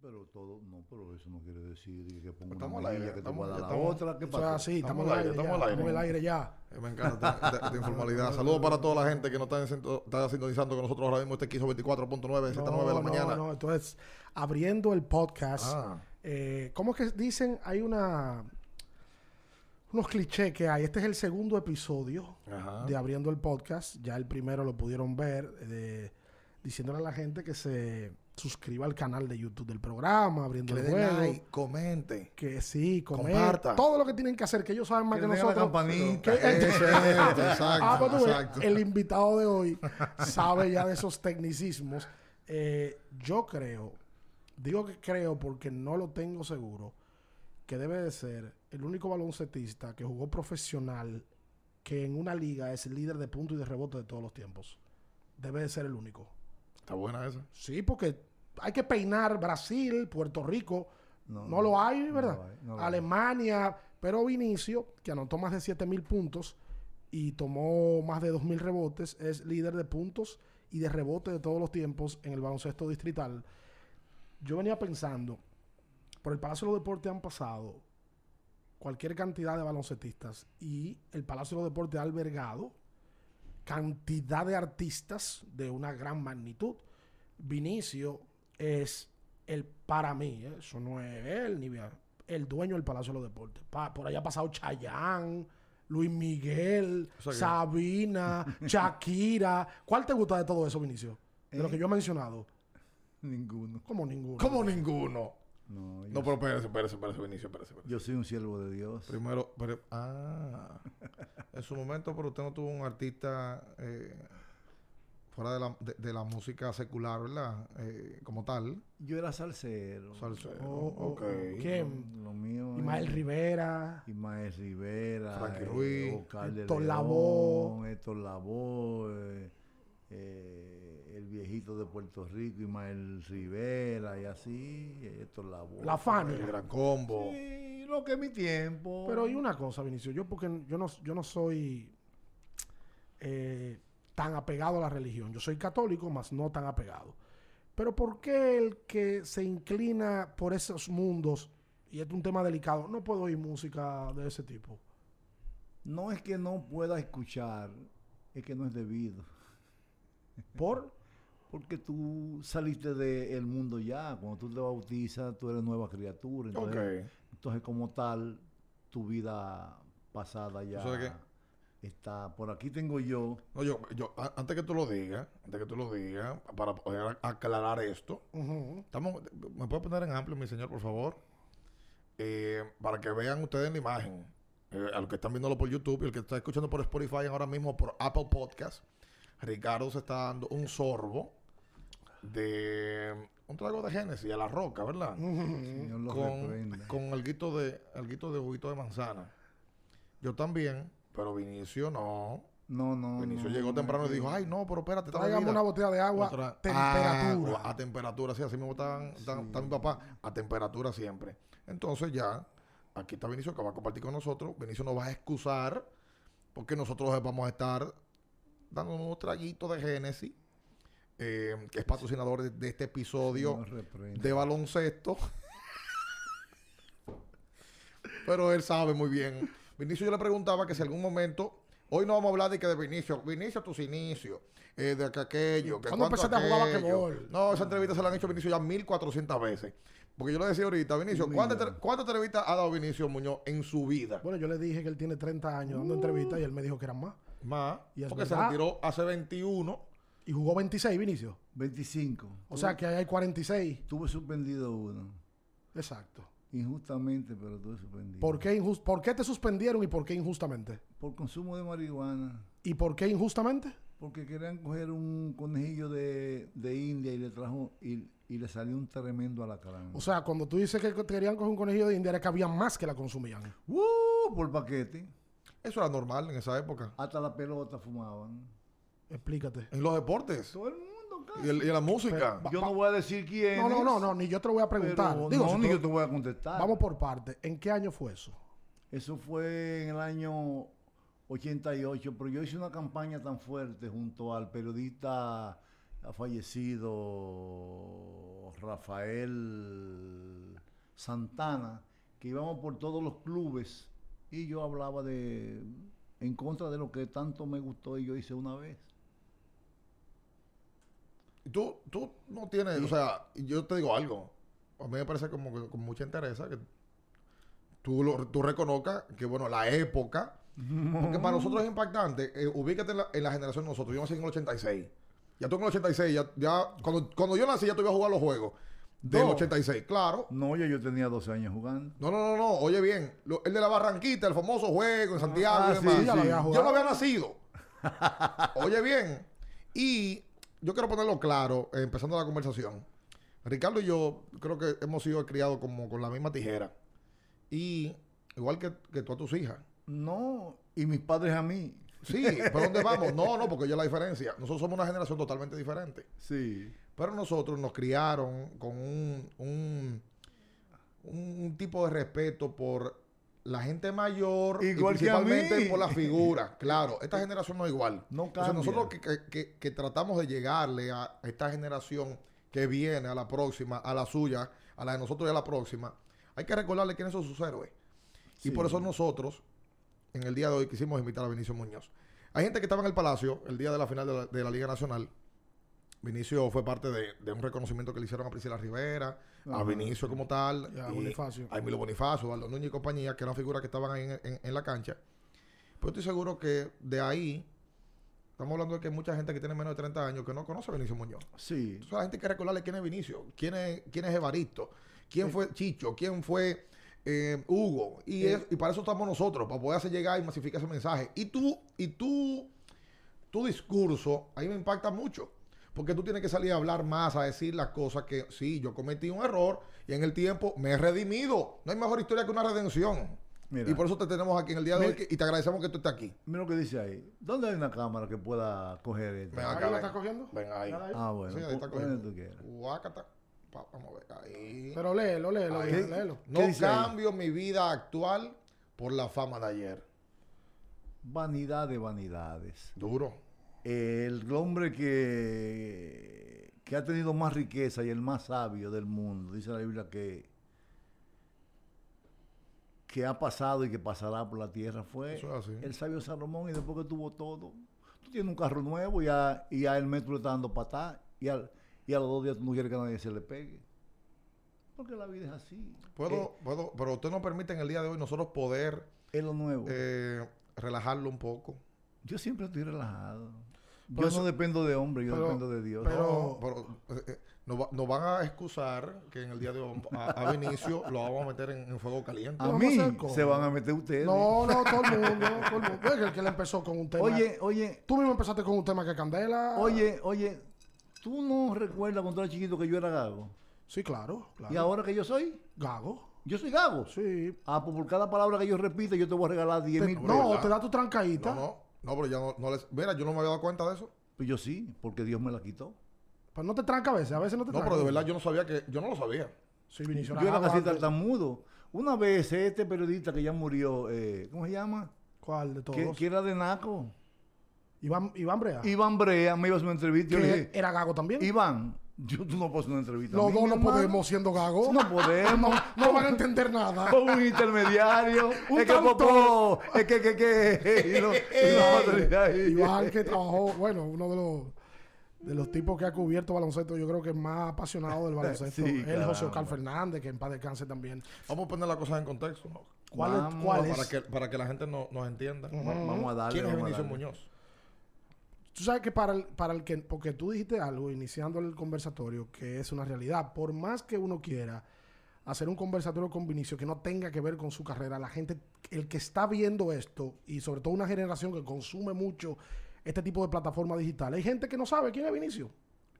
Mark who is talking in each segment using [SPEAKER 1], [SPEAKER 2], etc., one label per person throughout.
[SPEAKER 1] pero todo, no, pero eso no quiere decir que, que pongo
[SPEAKER 2] Estamos
[SPEAKER 1] una
[SPEAKER 2] al aire,
[SPEAKER 1] medida que te
[SPEAKER 2] estamos-
[SPEAKER 1] voy a dar la
[SPEAKER 2] estamos-
[SPEAKER 1] otra. ¿Qué
[SPEAKER 2] eso es
[SPEAKER 1] pasa?
[SPEAKER 2] así.
[SPEAKER 3] Sí, estamos, al aire, estamos al aire. Estamos en el aire ya.
[SPEAKER 2] Eh, Me encanta esta- esta informalidad. Saludos para toda la gente que nos está, en sinto- está sintonizando con nosotros ahora mismo. Este quiso 24.9,
[SPEAKER 3] No,
[SPEAKER 2] 7.9 de la
[SPEAKER 3] no,
[SPEAKER 2] mañana.
[SPEAKER 3] no, entonces, abriendo el podcast.
[SPEAKER 2] Ah.
[SPEAKER 3] eh, ¿Cómo es que dicen? Hay una. Unos clichés que hay. Este es el segundo episodio
[SPEAKER 2] Ajá.
[SPEAKER 3] de Abriendo el Podcast. Ya el primero lo pudieron ver. eh, de- diciéndole a la gente que se suscriba al canal de YouTube del programa,
[SPEAKER 2] Que
[SPEAKER 3] Abriendo
[SPEAKER 2] le
[SPEAKER 3] el
[SPEAKER 2] den
[SPEAKER 3] Juego.
[SPEAKER 2] like, comenten.
[SPEAKER 3] Que sí, comer,
[SPEAKER 2] Comparta.
[SPEAKER 3] Todo lo que tienen que hacer, que ellos saben más
[SPEAKER 1] Que
[SPEAKER 3] que,
[SPEAKER 1] le den a la
[SPEAKER 3] nosotros.
[SPEAKER 1] campanita.
[SPEAKER 3] Que- eh,
[SPEAKER 2] Eso es, exacto,
[SPEAKER 3] Ah, pues tú ves,
[SPEAKER 2] exacto.
[SPEAKER 3] el invitado de hoy sabe ya de esos tecnicismos. Eh, yo creo, digo que creo porque no lo tengo seguro, que debe de ser el único baloncetista que jugó profesional que en una liga es líder de punto y de rebote de todos los tiempos. Debe de ser el único.
[SPEAKER 2] Está buena esa.
[SPEAKER 3] Sí, porque hay que peinar Brasil, Puerto Rico. No,
[SPEAKER 1] No,
[SPEAKER 3] lo hay,
[SPEAKER 1] no
[SPEAKER 3] ¿verdad?
[SPEAKER 1] lo hay, no lo hay.
[SPEAKER 3] Alemania, pero Vinicio, que anotó más de 7000 puntos y tomó más de 2000 rebotes, es líder de puntos y de rebotes de todos los tiempos en el baloncesto distrital. Yo venía pensando, por el Palacio de los Deportes han pasado cualquier cantidad de baloncetistas y el Palacio de los Deportes ha albergado cantidad de artistas de una gran magnitud. Vinicio es el para mí, ¿eh? eso no es él ni bien, el dueño del Palacio de los Deportes. Pa- por allá ha pasado Chayán, Luis Miguel,
[SPEAKER 2] O sea que-
[SPEAKER 3] Sabina, Shakira. ¿Cuál te gusta de todo eso, Vinicio? De lo
[SPEAKER 1] ¿Eh?
[SPEAKER 3] que yo he mencionado.
[SPEAKER 1] Ninguno.
[SPEAKER 3] Como ninguno.
[SPEAKER 2] Como ninguno.
[SPEAKER 1] No, yo,
[SPEAKER 2] No, pero espérese, espérese, espérese, Vinicio, espérese, espérese.
[SPEAKER 1] yo soy un siervo de Dios.
[SPEAKER 2] Primero, pero, ah, en su momento, pero usted no tuvo un artista eh, fuera de la, de, de la música secular, ¿verdad? Eh, como tal.
[SPEAKER 1] Yo era salsero.
[SPEAKER 2] Salsero.
[SPEAKER 3] Oh, oh,
[SPEAKER 2] ok.
[SPEAKER 3] ¿Quién?
[SPEAKER 1] Lo mío. es-
[SPEAKER 3] Ismael Rivera.
[SPEAKER 1] Ismael Rivera,
[SPEAKER 2] Frankie
[SPEAKER 1] eh,
[SPEAKER 2] Ruiz,
[SPEAKER 1] Oscar de
[SPEAKER 3] Héctor
[SPEAKER 1] León,
[SPEAKER 3] Lavoe.
[SPEAKER 1] Héctor Lavoe, eh, eh, el viejito de Puerto Rico, Ismael Rivera y así, eh, Héctor Lavoe.
[SPEAKER 3] La
[SPEAKER 2] El
[SPEAKER 3] Fania.
[SPEAKER 2] gran combo.
[SPEAKER 1] Sí, lo que es mi tiempo.
[SPEAKER 3] Pero hay una cosa, Vinicio. Yo porque n- yo no, yo no soy eh, tan apegado a la religión. Yo soy católico, mas no tan apegado. Pero ¿por qué el que se inclina por esos mundos, y es un tema delicado, no puedo oír música de ese tipo?
[SPEAKER 1] No es que no pueda escuchar, es que no es debido.
[SPEAKER 3] ¿Por?
[SPEAKER 1] Porque tú saliste del mundo ya, cuando tú te bautizas, tú eres nueva criatura.
[SPEAKER 2] Ok.
[SPEAKER 1] Entonces, Entonces, como tal, tu vida pasada ya
[SPEAKER 2] ¿Tú sabes
[SPEAKER 1] está. Por aquí tengo yo.
[SPEAKER 2] No, yo, yo, a- antes que tú lo digas, antes que tú lo digas, para poder aclarar esto,
[SPEAKER 3] Ujú.
[SPEAKER 2] Estamos, ¿Me puede poner en amplio, mi señor, por favor? Eh, para que vean ustedes la imagen. Eh, a los que están viéndolo por YouTube y el que está escuchando por Spotify ahora mismo por Apple Podcast, Ricardo se está dando un sorbo de un trago de Génesis a la roca, ¿verdad?
[SPEAKER 1] Señor lo
[SPEAKER 2] Con,
[SPEAKER 1] reprenda.
[SPEAKER 2] con alguito de, alguito de juguito de manzana. Yo también, pero Vinicio no.
[SPEAKER 1] No, no.
[SPEAKER 2] Vinicio
[SPEAKER 1] no,
[SPEAKER 2] Pues llegó
[SPEAKER 1] no,
[SPEAKER 2] temprano y
[SPEAKER 1] no.
[SPEAKER 2] dijo, ay, no, pero espérate, esta
[SPEAKER 3] Mm. Tráigame
[SPEAKER 2] bebida-
[SPEAKER 3] una botella de agua,
[SPEAKER 2] otra-
[SPEAKER 3] temperatura.
[SPEAKER 2] Ah, a temperatura, sí, así mismo están- están- está mi papá, a temperatura siempre. Entonces ya, aquí está Vinicio que va a compartir con nosotros. Vinicio nos va a excusar porque nosotros vamos a estar dando unos traguitos de Génesis, eh, que es patrocinador de, de este episodio
[SPEAKER 1] No reprenda.
[SPEAKER 2] de baloncesto. Pero él sabe muy bien. Vinicio, yo le preguntaba que si algún momento. Hoy no vamos a hablar de que de Vinicio, Vinicio tus inicios, eh, de que aquello, que
[SPEAKER 3] ¿Cuándo
[SPEAKER 2] cuánto
[SPEAKER 3] empezaste a jugar
[SPEAKER 2] aquello.
[SPEAKER 3] basquetbol?
[SPEAKER 2] No, esa entrevista se la han hecho a Vinicio ya 1400 veces. Porque yo le decía ahorita, Vinicio, ¿cuántas entre- cuántas entrevistas ha dado Vinicio Muñoz en su vida?
[SPEAKER 3] Bueno, yo le dije que él tiene 30 años
[SPEAKER 2] Uh.
[SPEAKER 3] dando entrevistas y él me dijo que eran más.
[SPEAKER 2] Más,
[SPEAKER 3] Y es
[SPEAKER 2] porque se
[SPEAKER 3] verdad.
[SPEAKER 2] retiró hace 21.
[SPEAKER 3] Y jugó 26, Vinicio.
[SPEAKER 1] 25.
[SPEAKER 3] O sea
[SPEAKER 2] Uh.
[SPEAKER 3] que ahí hay 46.
[SPEAKER 1] Tuve suspendido uno.
[SPEAKER 3] Exacto.
[SPEAKER 1] Injustamente, pero tuve suspendido.
[SPEAKER 3] ¿Por qué, injust- ¿Por qué te suspendieron y por qué injustamente?
[SPEAKER 1] Por consumo de marihuana.
[SPEAKER 3] ¿Y por qué injustamente?
[SPEAKER 1] Porque querían coger un conejillo de, de India y le trajo y, y le salió un tremendo alacrán.
[SPEAKER 3] O sea, cuando tú dices que te querían coger un conejillo de India, era que había más que la consumían.
[SPEAKER 1] ¡Uh! Por paquete.
[SPEAKER 2] Eso era normal en esa época.
[SPEAKER 1] Hasta la pelota fumaban.
[SPEAKER 3] Explícate.
[SPEAKER 2] En los deportes
[SPEAKER 1] Todo el mundo, cara.
[SPEAKER 2] y, el- y en la música.
[SPEAKER 1] Yo no voy a decir quién.
[SPEAKER 3] No, no, no, no, ni yo te lo voy a preguntar. Digo,
[SPEAKER 1] no,
[SPEAKER 3] si
[SPEAKER 1] ni
[SPEAKER 3] tú-
[SPEAKER 1] yo te voy a contestar.
[SPEAKER 3] Vamos por parte. ¿En qué año fue eso?
[SPEAKER 1] Eso fue en el año 88, pero yo hice una campaña tan fuerte junto al periodista ha fallecido Rafael Santana, que íbamos por todos los clubes y yo hablaba de en contra de lo que tanto me gustó y yo hice una vez.
[SPEAKER 2] Y Tú, tú no tienes, o sea, yo te digo algo. A mí me parece como que con mucha interés que tú, lo, tú reconozcas que, bueno, la época, porque para nosotros es impactante. eh, ubícate en la, en la generación de nosotros. Yo nací en el 86. Ya tú en el 86, ya, ya cuando, cuando yo nací ya te iba a jugar los juegos del
[SPEAKER 1] No.
[SPEAKER 2] 86, claro.
[SPEAKER 1] No, yo, yo tenía 12 años jugando.
[SPEAKER 2] No, no, no, no, oye bien, lo- el de la Barranquita, el famoso juego en Santiago
[SPEAKER 1] ah,
[SPEAKER 2] y
[SPEAKER 1] sí,
[SPEAKER 2] demás.
[SPEAKER 1] sí, ya lo había
[SPEAKER 2] Yo
[SPEAKER 3] jugado.
[SPEAKER 2] no había nacido. Oye bien, y yo quiero ponerlo claro, eh, empezando la conversación. Ricardo y yo creo que hemos sido criados como con la misma tijera. Y igual que, que tú a tus hijas.
[SPEAKER 1] No, y mis padres a mí.
[SPEAKER 2] Sí, ¿pero dónde vamos? No, no, porque ya la diferencia. Nosotros somos una generación totalmente diferente.
[SPEAKER 1] Sí.
[SPEAKER 2] Pero nosotros nos criaron con un, un, un tipo de respeto por la gente mayor
[SPEAKER 1] Igual
[SPEAKER 2] y
[SPEAKER 1] que a
[SPEAKER 2] principalmente
[SPEAKER 1] mí.
[SPEAKER 2] por la figura. Claro, esta generación no es igual.
[SPEAKER 1] No
[SPEAKER 2] Entonces,
[SPEAKER 1] cambia.
[SPEAKER 2] nosotros que, que- que- que tratamos de llegarle a esta generación que viene, a la próxima, a la suya, a la de nosotros y a la próxima, hay que recordarle quiénes son sus héroes. Y por eso nosotros, en el día de hoy, quisimos invitar a Vinicio Muñoz. Hay gente que estaba en el Palacio el día de la final de la, de la Liga Nacional. Vinicio fue parte de, de un reconocimiento que le hicieron a Priscila Rivera, a
[SPEAKER 1] Ajá.
[SPEAKER 2] Vinicio como tal,
[SPEAKER 3] Y a
[SPEAKER 2] y
[SPEAKER 3] Bonifacio.
[SPEAKER 2] a Emilio Bonifacio, Aldo Núñez y compañía, que eran figuras que estaban ahí en, en- en la cancha. Pero estoy seguro que de ahí, estamos hablando de que mucha gente que tiene menos de 30 años que no conoce a Vinicio Muñoz.
[SPEAKER 1] Sí.
[SPEAKER 2] Entonces, la gente hay que recordarle quién es Vinicio, quién es, quién es Evaristo, quién fue Chicho, quién fue eh, Hugo. Y, es- y para eso estamos nosotros, para poder hacer llegar y masificar ese mensaje. Y tú, y tú, tu discurso, ahí me impacta mucho. Porque tú tienes que salir a hablar más, a decir las cosas que sí, yo cometí un error y en el tiempo me he redimido. No hay mejor historia que una redención.
[SPEAKER 1] Mira.
[SPEAKER 2] Y por eso te tenemos aquí en el día de hoy
[SPEAKER 1] Mira.
[SPEAKER 2] que- y te agradecemos que tú estés aquí.
[SPEAKER 1] Mira lo que dice ahí. ¿Dónde hay una cámara que pueda coger esto?
[SPEAKER 2] Ven
[SPEAKER 3] ¿Ahí
[SPEAKER 2] acá,
[SPEAKER 3] lo
[SPEAKER 2] ven.
[SPEAKER 3] estás cogiendo?
[SPEAKER 2] Ven ahí.
[SPEAKER 3] Dale ahí.
[SPEAKER 1] Ah, bueno.
[SPEAKER 2] Sí, ahí está
[SPEAKER 1] pon- pon donde
[SPEAKER 2] cogiendo.
[SPEAKER 1] tú quieras.
[SPEAKER 2] Guácata. Pa- Vamos a ver. Ahí.
[SPEAKER 3] Pero léelo, léelo,
[SPEAKER 2] Ahí.
[SPEAKER 3] bien, léelo.
[SPEAKER 2] No
[SPEAKER 1] ¿Qué dice ahí?
[SPEAKER 2] cambio mi vida actual por la fama de ayer.
[SPEAKER 1] Vanidad de vanidades.
[SPEAKER 2] Duro.
[SPEAKER 1] El hombre que, que ha tenido más riqueza y el más sabio del mundo, dice la Biblia que, que ha pasado y que pasará por la tierra fue
[SPEAKER 2] Eso es así.
[SPEAKER 1] el sabio Salomón y después que tuvo todo. Tú tienes un carro nuevo y ya, y ya el metro le está dando patá y, al- y a los dos días tú no quieres que nadie se le pegue. Porque la vida es así.
[SPEAKER 2] Puedo,
[SPEAKER 1] Eh,
[SPEAKER 2] puedo, pero usted nos permite en el día de hoy nosotros poder
[SPEAKER 1] es lo nuevo.
[SPEAKER 2] eh, relajarlo un poco.
[SPEAKER 1] yo siempre estoy relajado.
[SPEAKER 3] Pero
[SPEAKER 1] Yo
[SPEAKER 3] eso-
[SPEAKER 1] no dependo de hombre, yo
[SPEAKER 3] pero-
[SPEAKER 1] dependo de Dios.
[SPEAKER 3] pero-
[SPEAKER 2] No, pero, eh, eh, nos, va- nos van a excusar que en el día de hoy a, a Vinicio lo vamos a meter en, en fuego caliente.
[SPEAKER 1] A
[SPEAKER 3] Vamos a
[SPEAKER 1] mí
[SPEAKER 3] hacer cosas.
[SPEAKER 1] se van a meter ustedes.
[SPEAKER 3] No, no, todo el mundo, todo el mundo. Oye, que el que le empezó con un tema.
[SPEAKER 1] Oye, oye,
[SPEAKER 3] Tú mismo empezaste con un tema que candela.
[SPEAKER 1] oye, oye, ¿tú no recuerdas cuando eras chiquito que yo era gago?
[SPEAKER 3] Sí, claro, claro.
[SPEAKER 1] ¿Y ahora que yo soy?
[SPEAKER 3] Gago.
[SPEAKER 1] Yo soy gago.
[SPEAKER 3] Sí.
[SPEAKER 1] Ah, pues por cada palabra que yo repita yo te voy a regalar 10
[SPEAKER 3] Te-
[SPEAKER 1] mil.
[SPEAKER 2] pero
[SPEAKER 3] no,
[SPEAKER 2] ¿verdad?
[SPEAKER 3] te da tu
[SPEAKER 2] No,
[SPEAKER 3] trancadita.
[SPEAKER 2] no, no, pero ya no, no les. Mira, yo no me había dado cuenta de eso.
[SPEAKER 1] Pues yo sí, porque Dios me la quitó.
[SPEAKER 3] Pero no te tranca a veces, a veces no te
[SPEAKER 2] No,
[SPEAKER 3] tranca.
[SPEAKER 2] pero de verdad yo no sabía que. Yo no lo sabía.
[SPEAKER 3] Sí, Vinicio
[SPEAKER 1] yo era
[SPEAKER 3] Naranjo
[SPEAKER 1] casi
[SPEAKER 3] antes.
[SPEAKER 1] tartamudo. Una vez este periodista que ya murió, eh, ¿cómo se llama?
[SPEAKER 3] ¿Cuál de
[SPEAKER 1] Que,
[SPEAKER 3] todos? Ah.
[SPEAKER 1] que era de Naco.
[SPEAKER 3] Iván, Iván Brea.
[SPEAKER 1] Iván Brea me iba a hacer una entrevista. Yo le
[SPEAKER 3] que
[SPEAKER 1] dije,
[SPEAKER 3] era gago también.
[SPEAKER 1] Iván, yo, tú no puedes hacer una entrevista. a
[SPEAKER 3] Los
[SPEAKER 1] mí,
[SPEAKER 3] dos
[SPEAKER 1] mi
[SPEAKER 3] no
[SPEAKER 1] hermano.
[SPEAKER 3] podemos siendo gago.
[SPEAKER 1] No podemos.
[SPEAKER 3] No van a entender nada.
[SPEAKER 1] con un intermediario,
[SPEAKER 3] Un
[SPEAKER 1] es que
[SPEAKER 3] tanto.
[SPEAKER 1] popó, es que que que y lo- y lo
[SPEAKER 3] Iván,
[SPEAKER 1] otro, y ahí.
[SPEAKER 3] Iván que trabajó, bueno, uno de los de los tipos que ha cubierto baloncesto, yo creo que es más apasionado del baloncesto.
[SPEAKER 1] Sí,
[SPEAKER 3] Él,
[SPEAKER 1] caramba.
[SPEAKER 3] José Oscar Fernández, que en paz descanse también.
[SPEAKER 2] Vamos a poner las cosas en contexto. ¿no?
[SPEAKER 3] ¿Cuál es?
[SPEAKER 1] Vamos,
[SPEAKER 3] Cuál es?
[SPEAKER 2] Para que, para que la gente no- nos entienda.
[SPEAKER 1] Va- Vamos a darle.
[SPEAKER 2] ¿Quién es
[SPEAKER 1] vamos a
[SPEAKER 2] Vinicio
[SPEAKER 1] darle.
[SPEAKER 2] Muñoz?
[SPEAKER 3] Tú sabes que para el, para el que, porque tú dijiste algo iniciando el conversatorio, que es una realidad, por más que uno quiera hacer un conversatorio con Vinicio que no tenga que ver con su carrera, la gente, el que está viendo esto, y sobre todo una generación que consume mucho este tipo de plataformas digitales, hay gente que no sabe quién es Vinicio.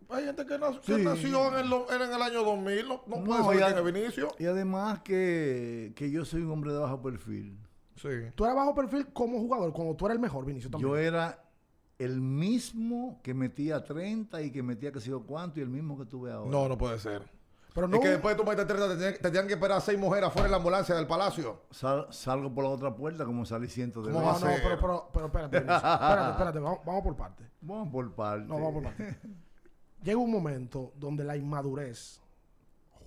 [SPEAKER 2] Hay gente que, nació- que
[SPEAKER 1] Sí.
[SPEAKER 2] nació en el, lo- en el año 2000, no, no
[SPEAKER 1] No,
[SPEAKER 2] puede saber
[SPEAKER 1] ya-
[SPEAKER 2] quién es Vinicio.
[SPEAKER 1] Y además que, que yo soy un hombre de bajo perfil.
[SPEAKER 2] Sí.
[SPEAKER 3] Tú eras bajo perfil como jugador, cuando tú eras el mejor, Vinicio también.
[SPEAKER 1] Yo era el mismo que metía 30 y que metía que sé yo cuánto y el mismo que tuve ahora.
[SPEAKER 2] No, no puede ser.
[SPEAKER 3] Pero
[SPEAKER 2] Es
[SPEAKER 3] no,
[SPEAKER 2] que después de tu maestra te tenían, te tenían que esperar seis mujeres afuera de la ambulancia del palacio.
[SPEAKER 1] Sal- salgo por la otra puerta como salí ciento de
[SPEAKER 2] ¿Cómo
[SPEAKER 3] no,
[SPEAKER 2] va a
[SPEAKER 3] no,
[SPEAKER 2] ser?
[SPEAKER 3] pero, pero, pero espérate, Vinicio. espérate, espérate, vamos, vamos por parte.
[SPEAKER 1] Vamos por parte.
[SPEAKER 3] No, vamos por parte. llega un momento donde la inmadurez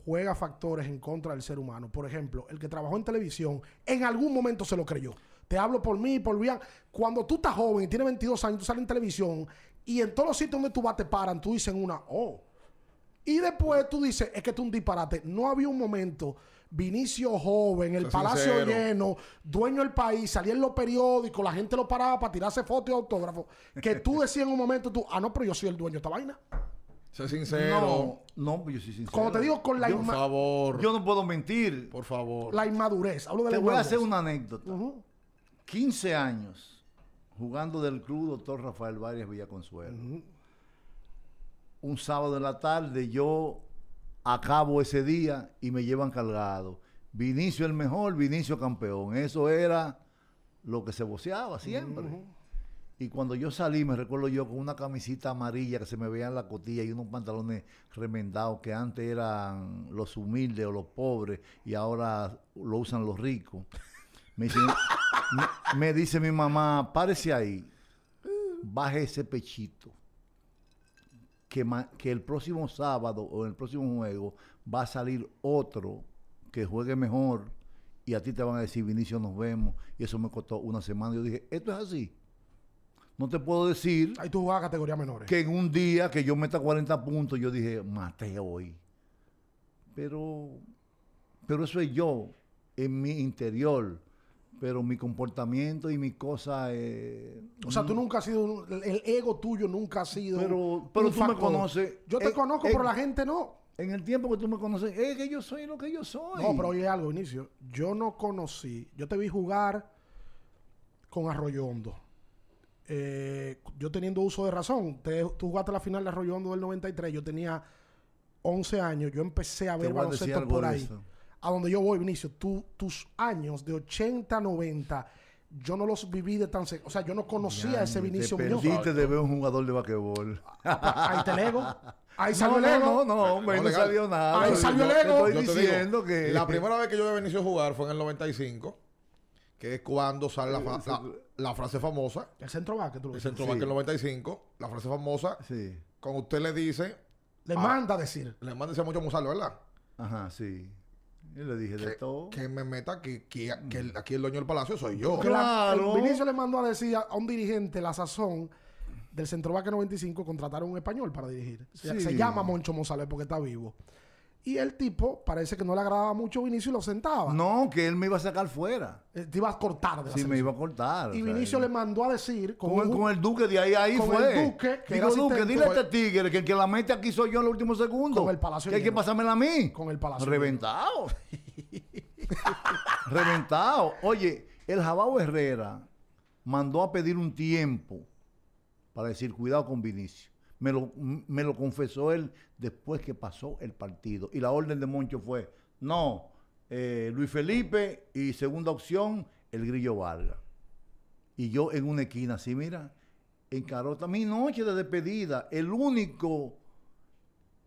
[SPEAKER 3] juega factores en contra del ser humano. Por ejemplo, el que trabajó en televisión en algún momento se lo creyó. Te hablo por mí, por Bian. Cuando tú estás joven y tienes 22 años, tú sales en televisión y en todos los sitios donde tú vas te paran, tú dices una, oh. Y después tú dices, es que tú un disparate. No había un momento, Vinicio joven, el
[SPEAKER 2] Sé
[SPEAKER 3] palacio
[SPEAKER 2] sincero.
[SPEAKER 3] lleno, dueño del país, salía en los periódicos, la gente lo paraba para tirarse fotos y autógrafos, que tú decías en un momento, tú, ah, no, pero yo soy el dueño de esta vaina.
[SPEAKER 2] Sé sincero.
[SPEAKER 1] No, no, yo soy sincero.
[SPEAKER 3] Como te digo, con la,
[SPEAKER 2] por
[SPEAKER 3] inma-
[SPEAKER 2] favor.
[SPEAKER 1] Yo no puedo mentir.
[SPEAKER 2] por favor.
[SPEAKER 3] la inmadurez. Hablo de
[SPEAKER 1] Te
[SPEAKER 3] la
[SPEAKER 1] voy a
[SPEAKER 3] inmadurez.
[SPEAKER 1] hacer una anécdota.
[SPEAKER 3] Ujú.
[SPEAKER 1] 15 años jugando del club Doctor Rafael Varias Villaconsuelo. Un sábado en la tarde yo acabo ese día y me llevan cargado. Vinicio el mejor, Vinicio campeón. Eso era lo que se voceaba siempre. Y cuando yo salí, me recuerdo yo con una camisita amarilla que se me veía en la cotilla y unos pantalones remendados que antes eran los humildes o los pobres y ahora lo usan los ricos. Me, dice, me- me dice mi mamá, párese ahí, baje ese pechito, que, ma- que el próximo sábado o en el próximo juego va a salir otro que juegue mejor y a ti te van a decir, Vinicio, nos vemos. Y eso me costó una semana. Yo dije, esto es así. No te puedo decir
[SPEAKER 3] Ahí tú jugabas categoría menores.
[SPEAKER 1] que en un día que yo meta 40 puntos, yo dije, maté hoy. Pero, pero eso es yo, en mi interior. Pero mi comportamiento y mi cosa. eh,
[SPEAKER 3] O sea, tú nunca has sido. un- el- el ego tuyo nunca ha sido.
[SPEAKER 1] Pero-
[SPEAKER 3] un
[SPEAKER 1] pero tú me
[SPEAKER 3] factor.
[SPEAKER 1] conoces.
[SPEAKER 3] Yo te
[SPEAKER 1] Eh,
[SPEAKER 3] conozco,
[SPEAKER 1] eh,
[SPEAKER 3] pero la gente no.
[SPEAKER 1] en el tiempo que tú me conoces, es que yo soy lo que yo soy.
[SPEAKER 3] No, pero oye algo, Inicio. Yo no conocí. Yo te vi jugar con Arroyo Hondo. Eh, yo teniendo uso de razón. te- tú jugaste la final de Arroyo Hondo del 93. Yo tenía 11 años. Yo empecé a
[SPEAKER 1] Te
[SPEAKER 3] ver
[SPEAKER 1] voy a decir
[SPEAKER 3] baloncesto
[SPEAKER 1] algo
[SPEAKER 3] por
[SPEAKER 1] de
[SPEAKER 3] ahí.
[SPEAKER 1] eso.
[SPEAKER 3] A donde yo voy, Vinicio. tú- tus años de 80, 90. Yo no los viví de tan cerca. O sea, yo no conocía a ese
[SPEAKER 1] Ñaño,
[SPEAKER 3] Vinicio
[SPEAKER 1] te
[SPEAKER 3] Muñoz.
[SPEAKER 1] perdiste de ver un jugador de basquetbol.
[SPEAKER 3] Ahí te lego. Ahí salió
[SPEAKER 1] no,
[SPEAKER 3] el ego.
[SPEAKER 1] no, no, no, hombre,
[SPEAKER 2] No,
[SPEAKER 1] no,
[SPEAKER 2] legal.
[SPEAKER 1] salió nada.
[SPEAKER 3] Ahí
[SPEAKER 1] Yo-
[SPEAKER 3] salió el
[SPEAKER 1] yo te
[SPEAKER 3] ego.
[SPEAKER 1] Estoy
[SPEAKER 2] Yo te
[SPEAKER 1] diciendo
[SPEAKER 2] digo,
[SPEAKER 1] que.
[SPEAKER 2] La primera vez que yo venía a jugar fue en el 95, que es cuando sale la, fra- la- la frase famosa.
[SPEAKER 3] El centro va, que tú lo
[SPEAKER 2] El
[SPEAKER 3] dices.
[SPEAKER 2] centro
[SPEAKER 1] Eh, Sí.
[SPEAKER 2] va que el 95, la frase famosa,
[SPEAKER 1] Sí.
[SPEAKER 2] cuando usted le dice,
[SPEAKER 3] Le
[SPEAKER 2] Ah.
[SPEAKER 3] manda a decir.
[SPEAKER 2] le manda ese mucho a Musalo, ¿verdad?
[SPEAKER 1] Ajá, sí. Yo le dije de
[SPEAKER 2] Que,
[SPEAKER 1] todo. Mm.
[SPEAKER 2] que me meta aquí, que, que el- aquí el dueño del palacio soy yo.
[SPEAKER 3] Porque la-
[SPEAKER 1] Claro.
[SPEAKER 3] el Vinicio le mandó a decir a, a un dirigente la sazón del Centro Vaque 95, contrataron un español para dirigir. Se,
[SPEAKER 1] Sí.
[SPEAKER 3] se llama Moncho González porque está vivo. Y el tipo parece que no le agradaba mucho a Vinicio y lo sentaba.
[SPEAKER 1] No, que él me iba a sacar fuera.
[SPEAKER 3] Eh, Te iba a cortar de la
[SPEAKER 1] Sí, me
[SPEAKER 3] selección.
[SPEAKER 1] iba a cortar.
[SPEAKER 3] Y
[SPEAKER 1] o sea,
[SPEAKER 3] Vinicio le mandó a decir con,
[SPEAKER 1] con, el-
[SPEAKER 3] un-
[SPEAKER 1] con el Duque de ahí, ahí
[SPEAKER 3] con
[SPEAKER 1] fue.
[SPEAKER 3] el Duque, que
[SPEAKER 1] Digo,
[SPEAKER 3] era
[SPEAKER 1] Duque,
[SPEAKER 3] asistente.
[SPEAKER 1] dile a este tigre que el que la mete aquí soy yo en el último segundo.
[SPEAKER 3] Con el Palacio
[SPEAKER 1] Que hay que
[SPEAKER 3] Lleno.
[SPEAKER 1] pasármela a mí.
[SPEAKER 3] Con el Palacio
[SPEAKER 1] Reventado. Reventado. Oye, el Jabao Herrera mandó a pedir un tiempo para decir cuidado con Vinicio. Me lo, m- me lo confesó él después que pasó el partido. Y la orden de Moncho fue, no, eh, Luis Felipe y segunda opción, el Grillo Vargas. Y yo en una esquina así, mira, en Carota, mi noche de despedida, el único,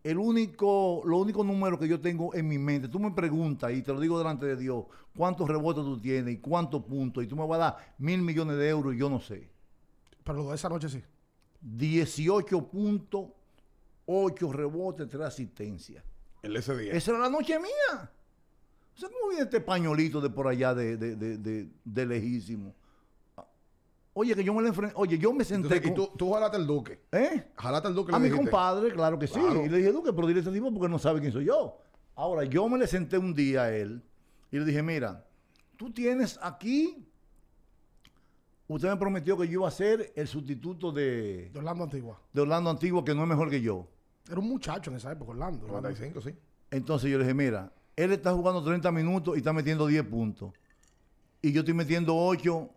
[SPEAKER 1] el único, lo único número que yo tengo en mi mente, tú me preguntas y te lo digo delante de Dios, cuántos rebotes tú tienes y cuántos puntos, y tú me vas a dar mil millones de euros y yo no sé.
[SPEAKER 3] Pero lo de esa noche sí.
[SPEAKER 1] 18 puntos, 8 rebotes, 3 asistencias.
[SPEAKER 2] El ese día.
[SPEAKER 1] Esa era la noche mía. O sea, ¿cómo viene este pañolito de por allá de, de, de, de- de lejísimo? Oye, que yo me le enfrenté. Oye, yo me senté.
[SPEAKER 2] Entonces, y tú,
[SPEAKER 1] con-
[SPEAKER 2] tú jalate el duque.
[SPEAKER 1] ¿Eh?
[SPEAKER 2] Jalate el duque.
[SPEAKER 1] A
[SPEAKER 2] le
[SPEAKER 1] mi
[SPEAKER 2] dijiste.
[SPEAKER 1] compadre, claro que sí.
[SPEAKER 2] Claro.
[SPEAKER 1] Y le dije, Duque, pero dile a este tipo porque no sabe quién soy yo. Ahora, yo me le senté un día a él y le dije, mira, tú tienes aquí. Usted me prometió que yo iba a ser el sustituto de,
[SPEAKER 3] De Orlando Antigua.
[SPEAKER 1] de Orlando Antiguo, que no es mejor que yo.
[SPEAKER 3] Era un muchacho en esa época, Orlando. Orlando.
[SPEAKER 2] 95, sí.
[SPEAKER 1] Eh, Entonces yo le dije, mira, él está jugando 30 minutos y está metiendo 10 puntos. Y yo estoy metiendo 8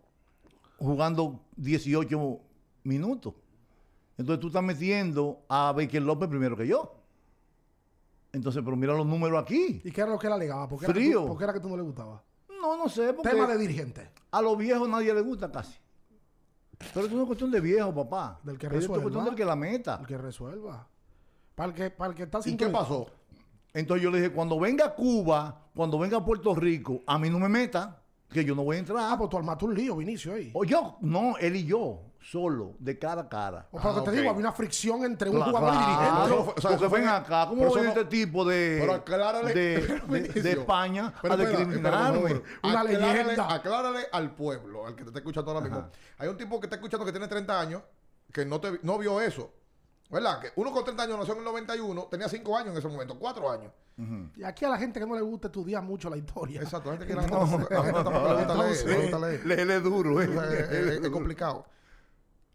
[SPEAKER 1] jugando 18 minutos. Entonces tú estás metiendo a Baker López primero que yo. Entonces, pero mira los números aquí.
[SPEAKER 3] ¿Y qué era lo que él alegaba? ¿Por qué, era que
[SPEAKER 1] Frío.
[SPEAKER 3] tú- por qué era que tú no le gustaba?
[SPEAKER 1] No, no sé, porque
[SPEAKER 3] Tema de dirigente.
[SPEAKER 1] a los viejos nadie le gusta casi. Pero esto no es cuestión de viejo, papá.
[SPEAKER 3] Del que
[SPEAKER 1] Esto
[SPEAKER 3] resuelva.
[SPEAKER 1] Es cuestión del que la meta.
[SPEAKER 3] El que resuelva. Para el que, para el que está
[SPEAKER 2] ¿Y qué
[SPEAKER 3] sintonizado.
[SPEAKER 2] pasó?
[SPEAKER 1] Entonces yo le dije, cuando venga a Cuba, cuando venga a Puerto Rico, a mí no me meta, que yo no voy a entrar. Ah,
[SPEAKER 3] Ah, pues tú armaste un lío, Vinicio, ahí.
[SPEAKER 1] O yo, no, él y yo. solo, de cara a cara.
[SPEAKER 3] O para lo que
[SPEAKER 2] ok.
[SPEAKER 3] te digo, había una fricción entre un
[SPEAKER 1] Cla-
[SPEAKER 3] jugador
[SPEAKER 1] Ah, claro,
[SPEAKER 3] y el
[SPEAKER 2] Pero fue-
[SPEAKER 3] dirigente.
[SPEAKER 2] o sea,
[SPEAKER 1] porque
[SPEAKER 2] eso fue-
[SPEAKER 1] ven acá, ¿cómo
[SPEAKER 2] pero eso
[SPEAKER 1] viene
[SPEAKER 2] no-
[SPEAKER 1] este tipo de,
[SPEAKER 2] pero aclárale-
[SPEAKER 1] de,
[SPEAKER 2] pero
[SPEAKER 1] de- de
[SPEAKER 2] Vinicio,
[SPEAKER 1] España
[SPEAKER 2] pero
[SPEAKER 1] a
[SPEAKER 2] espera, espera,
[SPEAKER 1] discriminarme?
[SPEAKER 2] espera, espera.
[SPEAKER 3] Una
[SPEAKER 2] Aclárale-
[SPEAKER 3] leyenda.
[SPEAKER 2] Aclárale al pueblo, al que te está escuchando ahora mismo. Hay un tipo que está escuchando que tiene 30 años que no, te, no vio eso. ¿Verdad? Que uno con 30 años nació en el 91, tenía 5 años en ese momento, 4 años.
[SPEAKER 3] Y aquí a la gente que no le gusta estudiar mucho la historia.
[SPEAKER 2] Exacto, la gente que la la gente tampoco le gusta leer, le gusta leer.
[SPEAKER 1] Léele duro,
[SPEAKER 2] O sea, es,
[SPEAKER 1] ¿eh?
[SPEAKER 2] es- es complicado.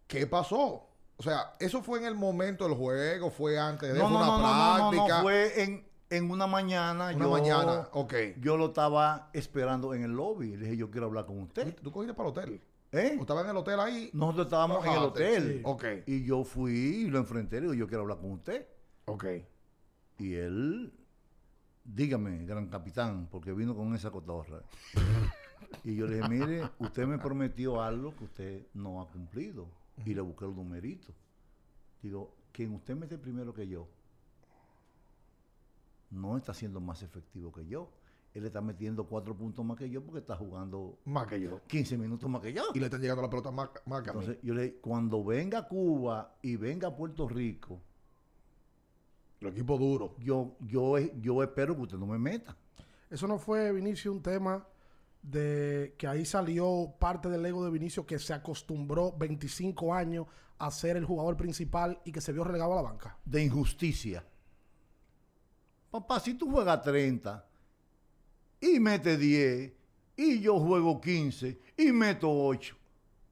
[SPEAKER 2] ¿Qué pasó? O sea, eso fue en el momento del juego, fue antes de
[SPEAKER 1] No,
[SPEAKER 2] fue
[SPEAKER 1] no,
[SPEAKER 2] una
[SPEAKER 1] no, no, no, no,
[SPEAKER 2] práctica.
[SPEAKER 1] no, fue en, en una mañana.
[SPEAKER 2] Una
[SPEAKER 1] yo,
[SPEAKER 2] mañana, ok.
[SPEAKER 1] Yo lo estaba esperando en el lobby. Le dije, yo quiero hablar con usted.
[SPEAKER 2] ¿Tú cogiste para el hotel?
[SPEAKER 1] ¿Eh?
[SPEAKER 2] ¿O estabas en el hotel ahí?
[SPEAKER 1] Nosotros estábamos en el
[SPEAKER 2] Ajá,
[SPEAKER 1] hotel.
[SPEAKER 2] sí. Ok.
[SPEAKER 1] Y yo fui y lo enfrenté. Le digo, yo quiero hablar con usted.
[SPEAKER 2] Ok.
[SPEAKER 1] Y él, dígame, gran capitán, porque vino con esa cotorra. y yo le dije, mire, usted me prometió algo que usted no ha cumplido. Y le busqué el numerito. Digo, quien usted mete primero que yo, no está siendo más efectivo que yo. Él está metiendo cuatro puntos más que yo porque está jugando
[SPEAKER 2] Más que yo.
[SPEAKER 1] 15 minutos más que yo.
[SPEAKER 2] Y le están llegando las pelotas más, más que a mí.
[SPEAKER 1] Entonces, yo le dije, cuando venga a Cuba y venga a Puerto Rico,
[SPEAKER 2] Los equipos duros.
[SPEAKER 1] yo, yo, yo espero que usted no me meta.
[SPEAKER 3] Eso no fue, Vinicio, un tema de que ahí salió parte del ego de Vinicio que se acostumbró 25 años a ser el jugador principal y que se vio relegado a la banca.
[SPEAKER 1] de injusticia. Papá, si tú juegas 30 y mete 10 y yo juego 15 y meto 8,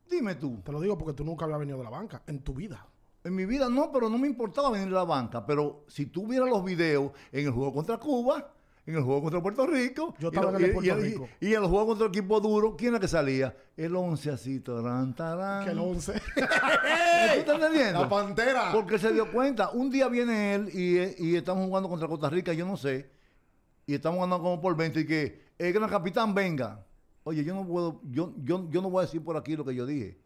[SPEAKER 1] dime tú,
[SPEAKER 3] Te lo digo porque tú nunca habías venido de la banca en tu vida.
[SPEAKER 1] en mi vida no, pero no me importaba venir a la banca, pero si tú vieras los videos en el juego contra Cuba, en el juego contra Puerto Rico,
[SPEAKER 3] Yo
[SPEAKER 1] y
[SPEAKER 3] estaba
[SPEAKER 1] lo-
[SPEAKER 3] en el de
[SPEAKER 1] y-
[SPEAKER 3] Puerto
[SPEAKER 1] y-
[SPEAKER 3] Rico.
[SPEAKER 1] y en el juego contra el equipo duro, ¿quién era que salía? El 11 así, tarán, tarán.
[SPEAKER 3] Que el 11.
[SPEAKER 1] ¿Tú estás entendiendo?
[SPEAKER 2] ¡La pantera!
[SPEAKER 3] Ah.
[SPEAKER 1] Porque se dio cuenta. Un día viene él y, y estamos jugando contra Costa Rica, yo no sé. Y estamos jugando como por 20 y que el gran capitán venga. Oye, yo no puedo, yo, yo, yo no voy a decir por aquí lo que yo dije.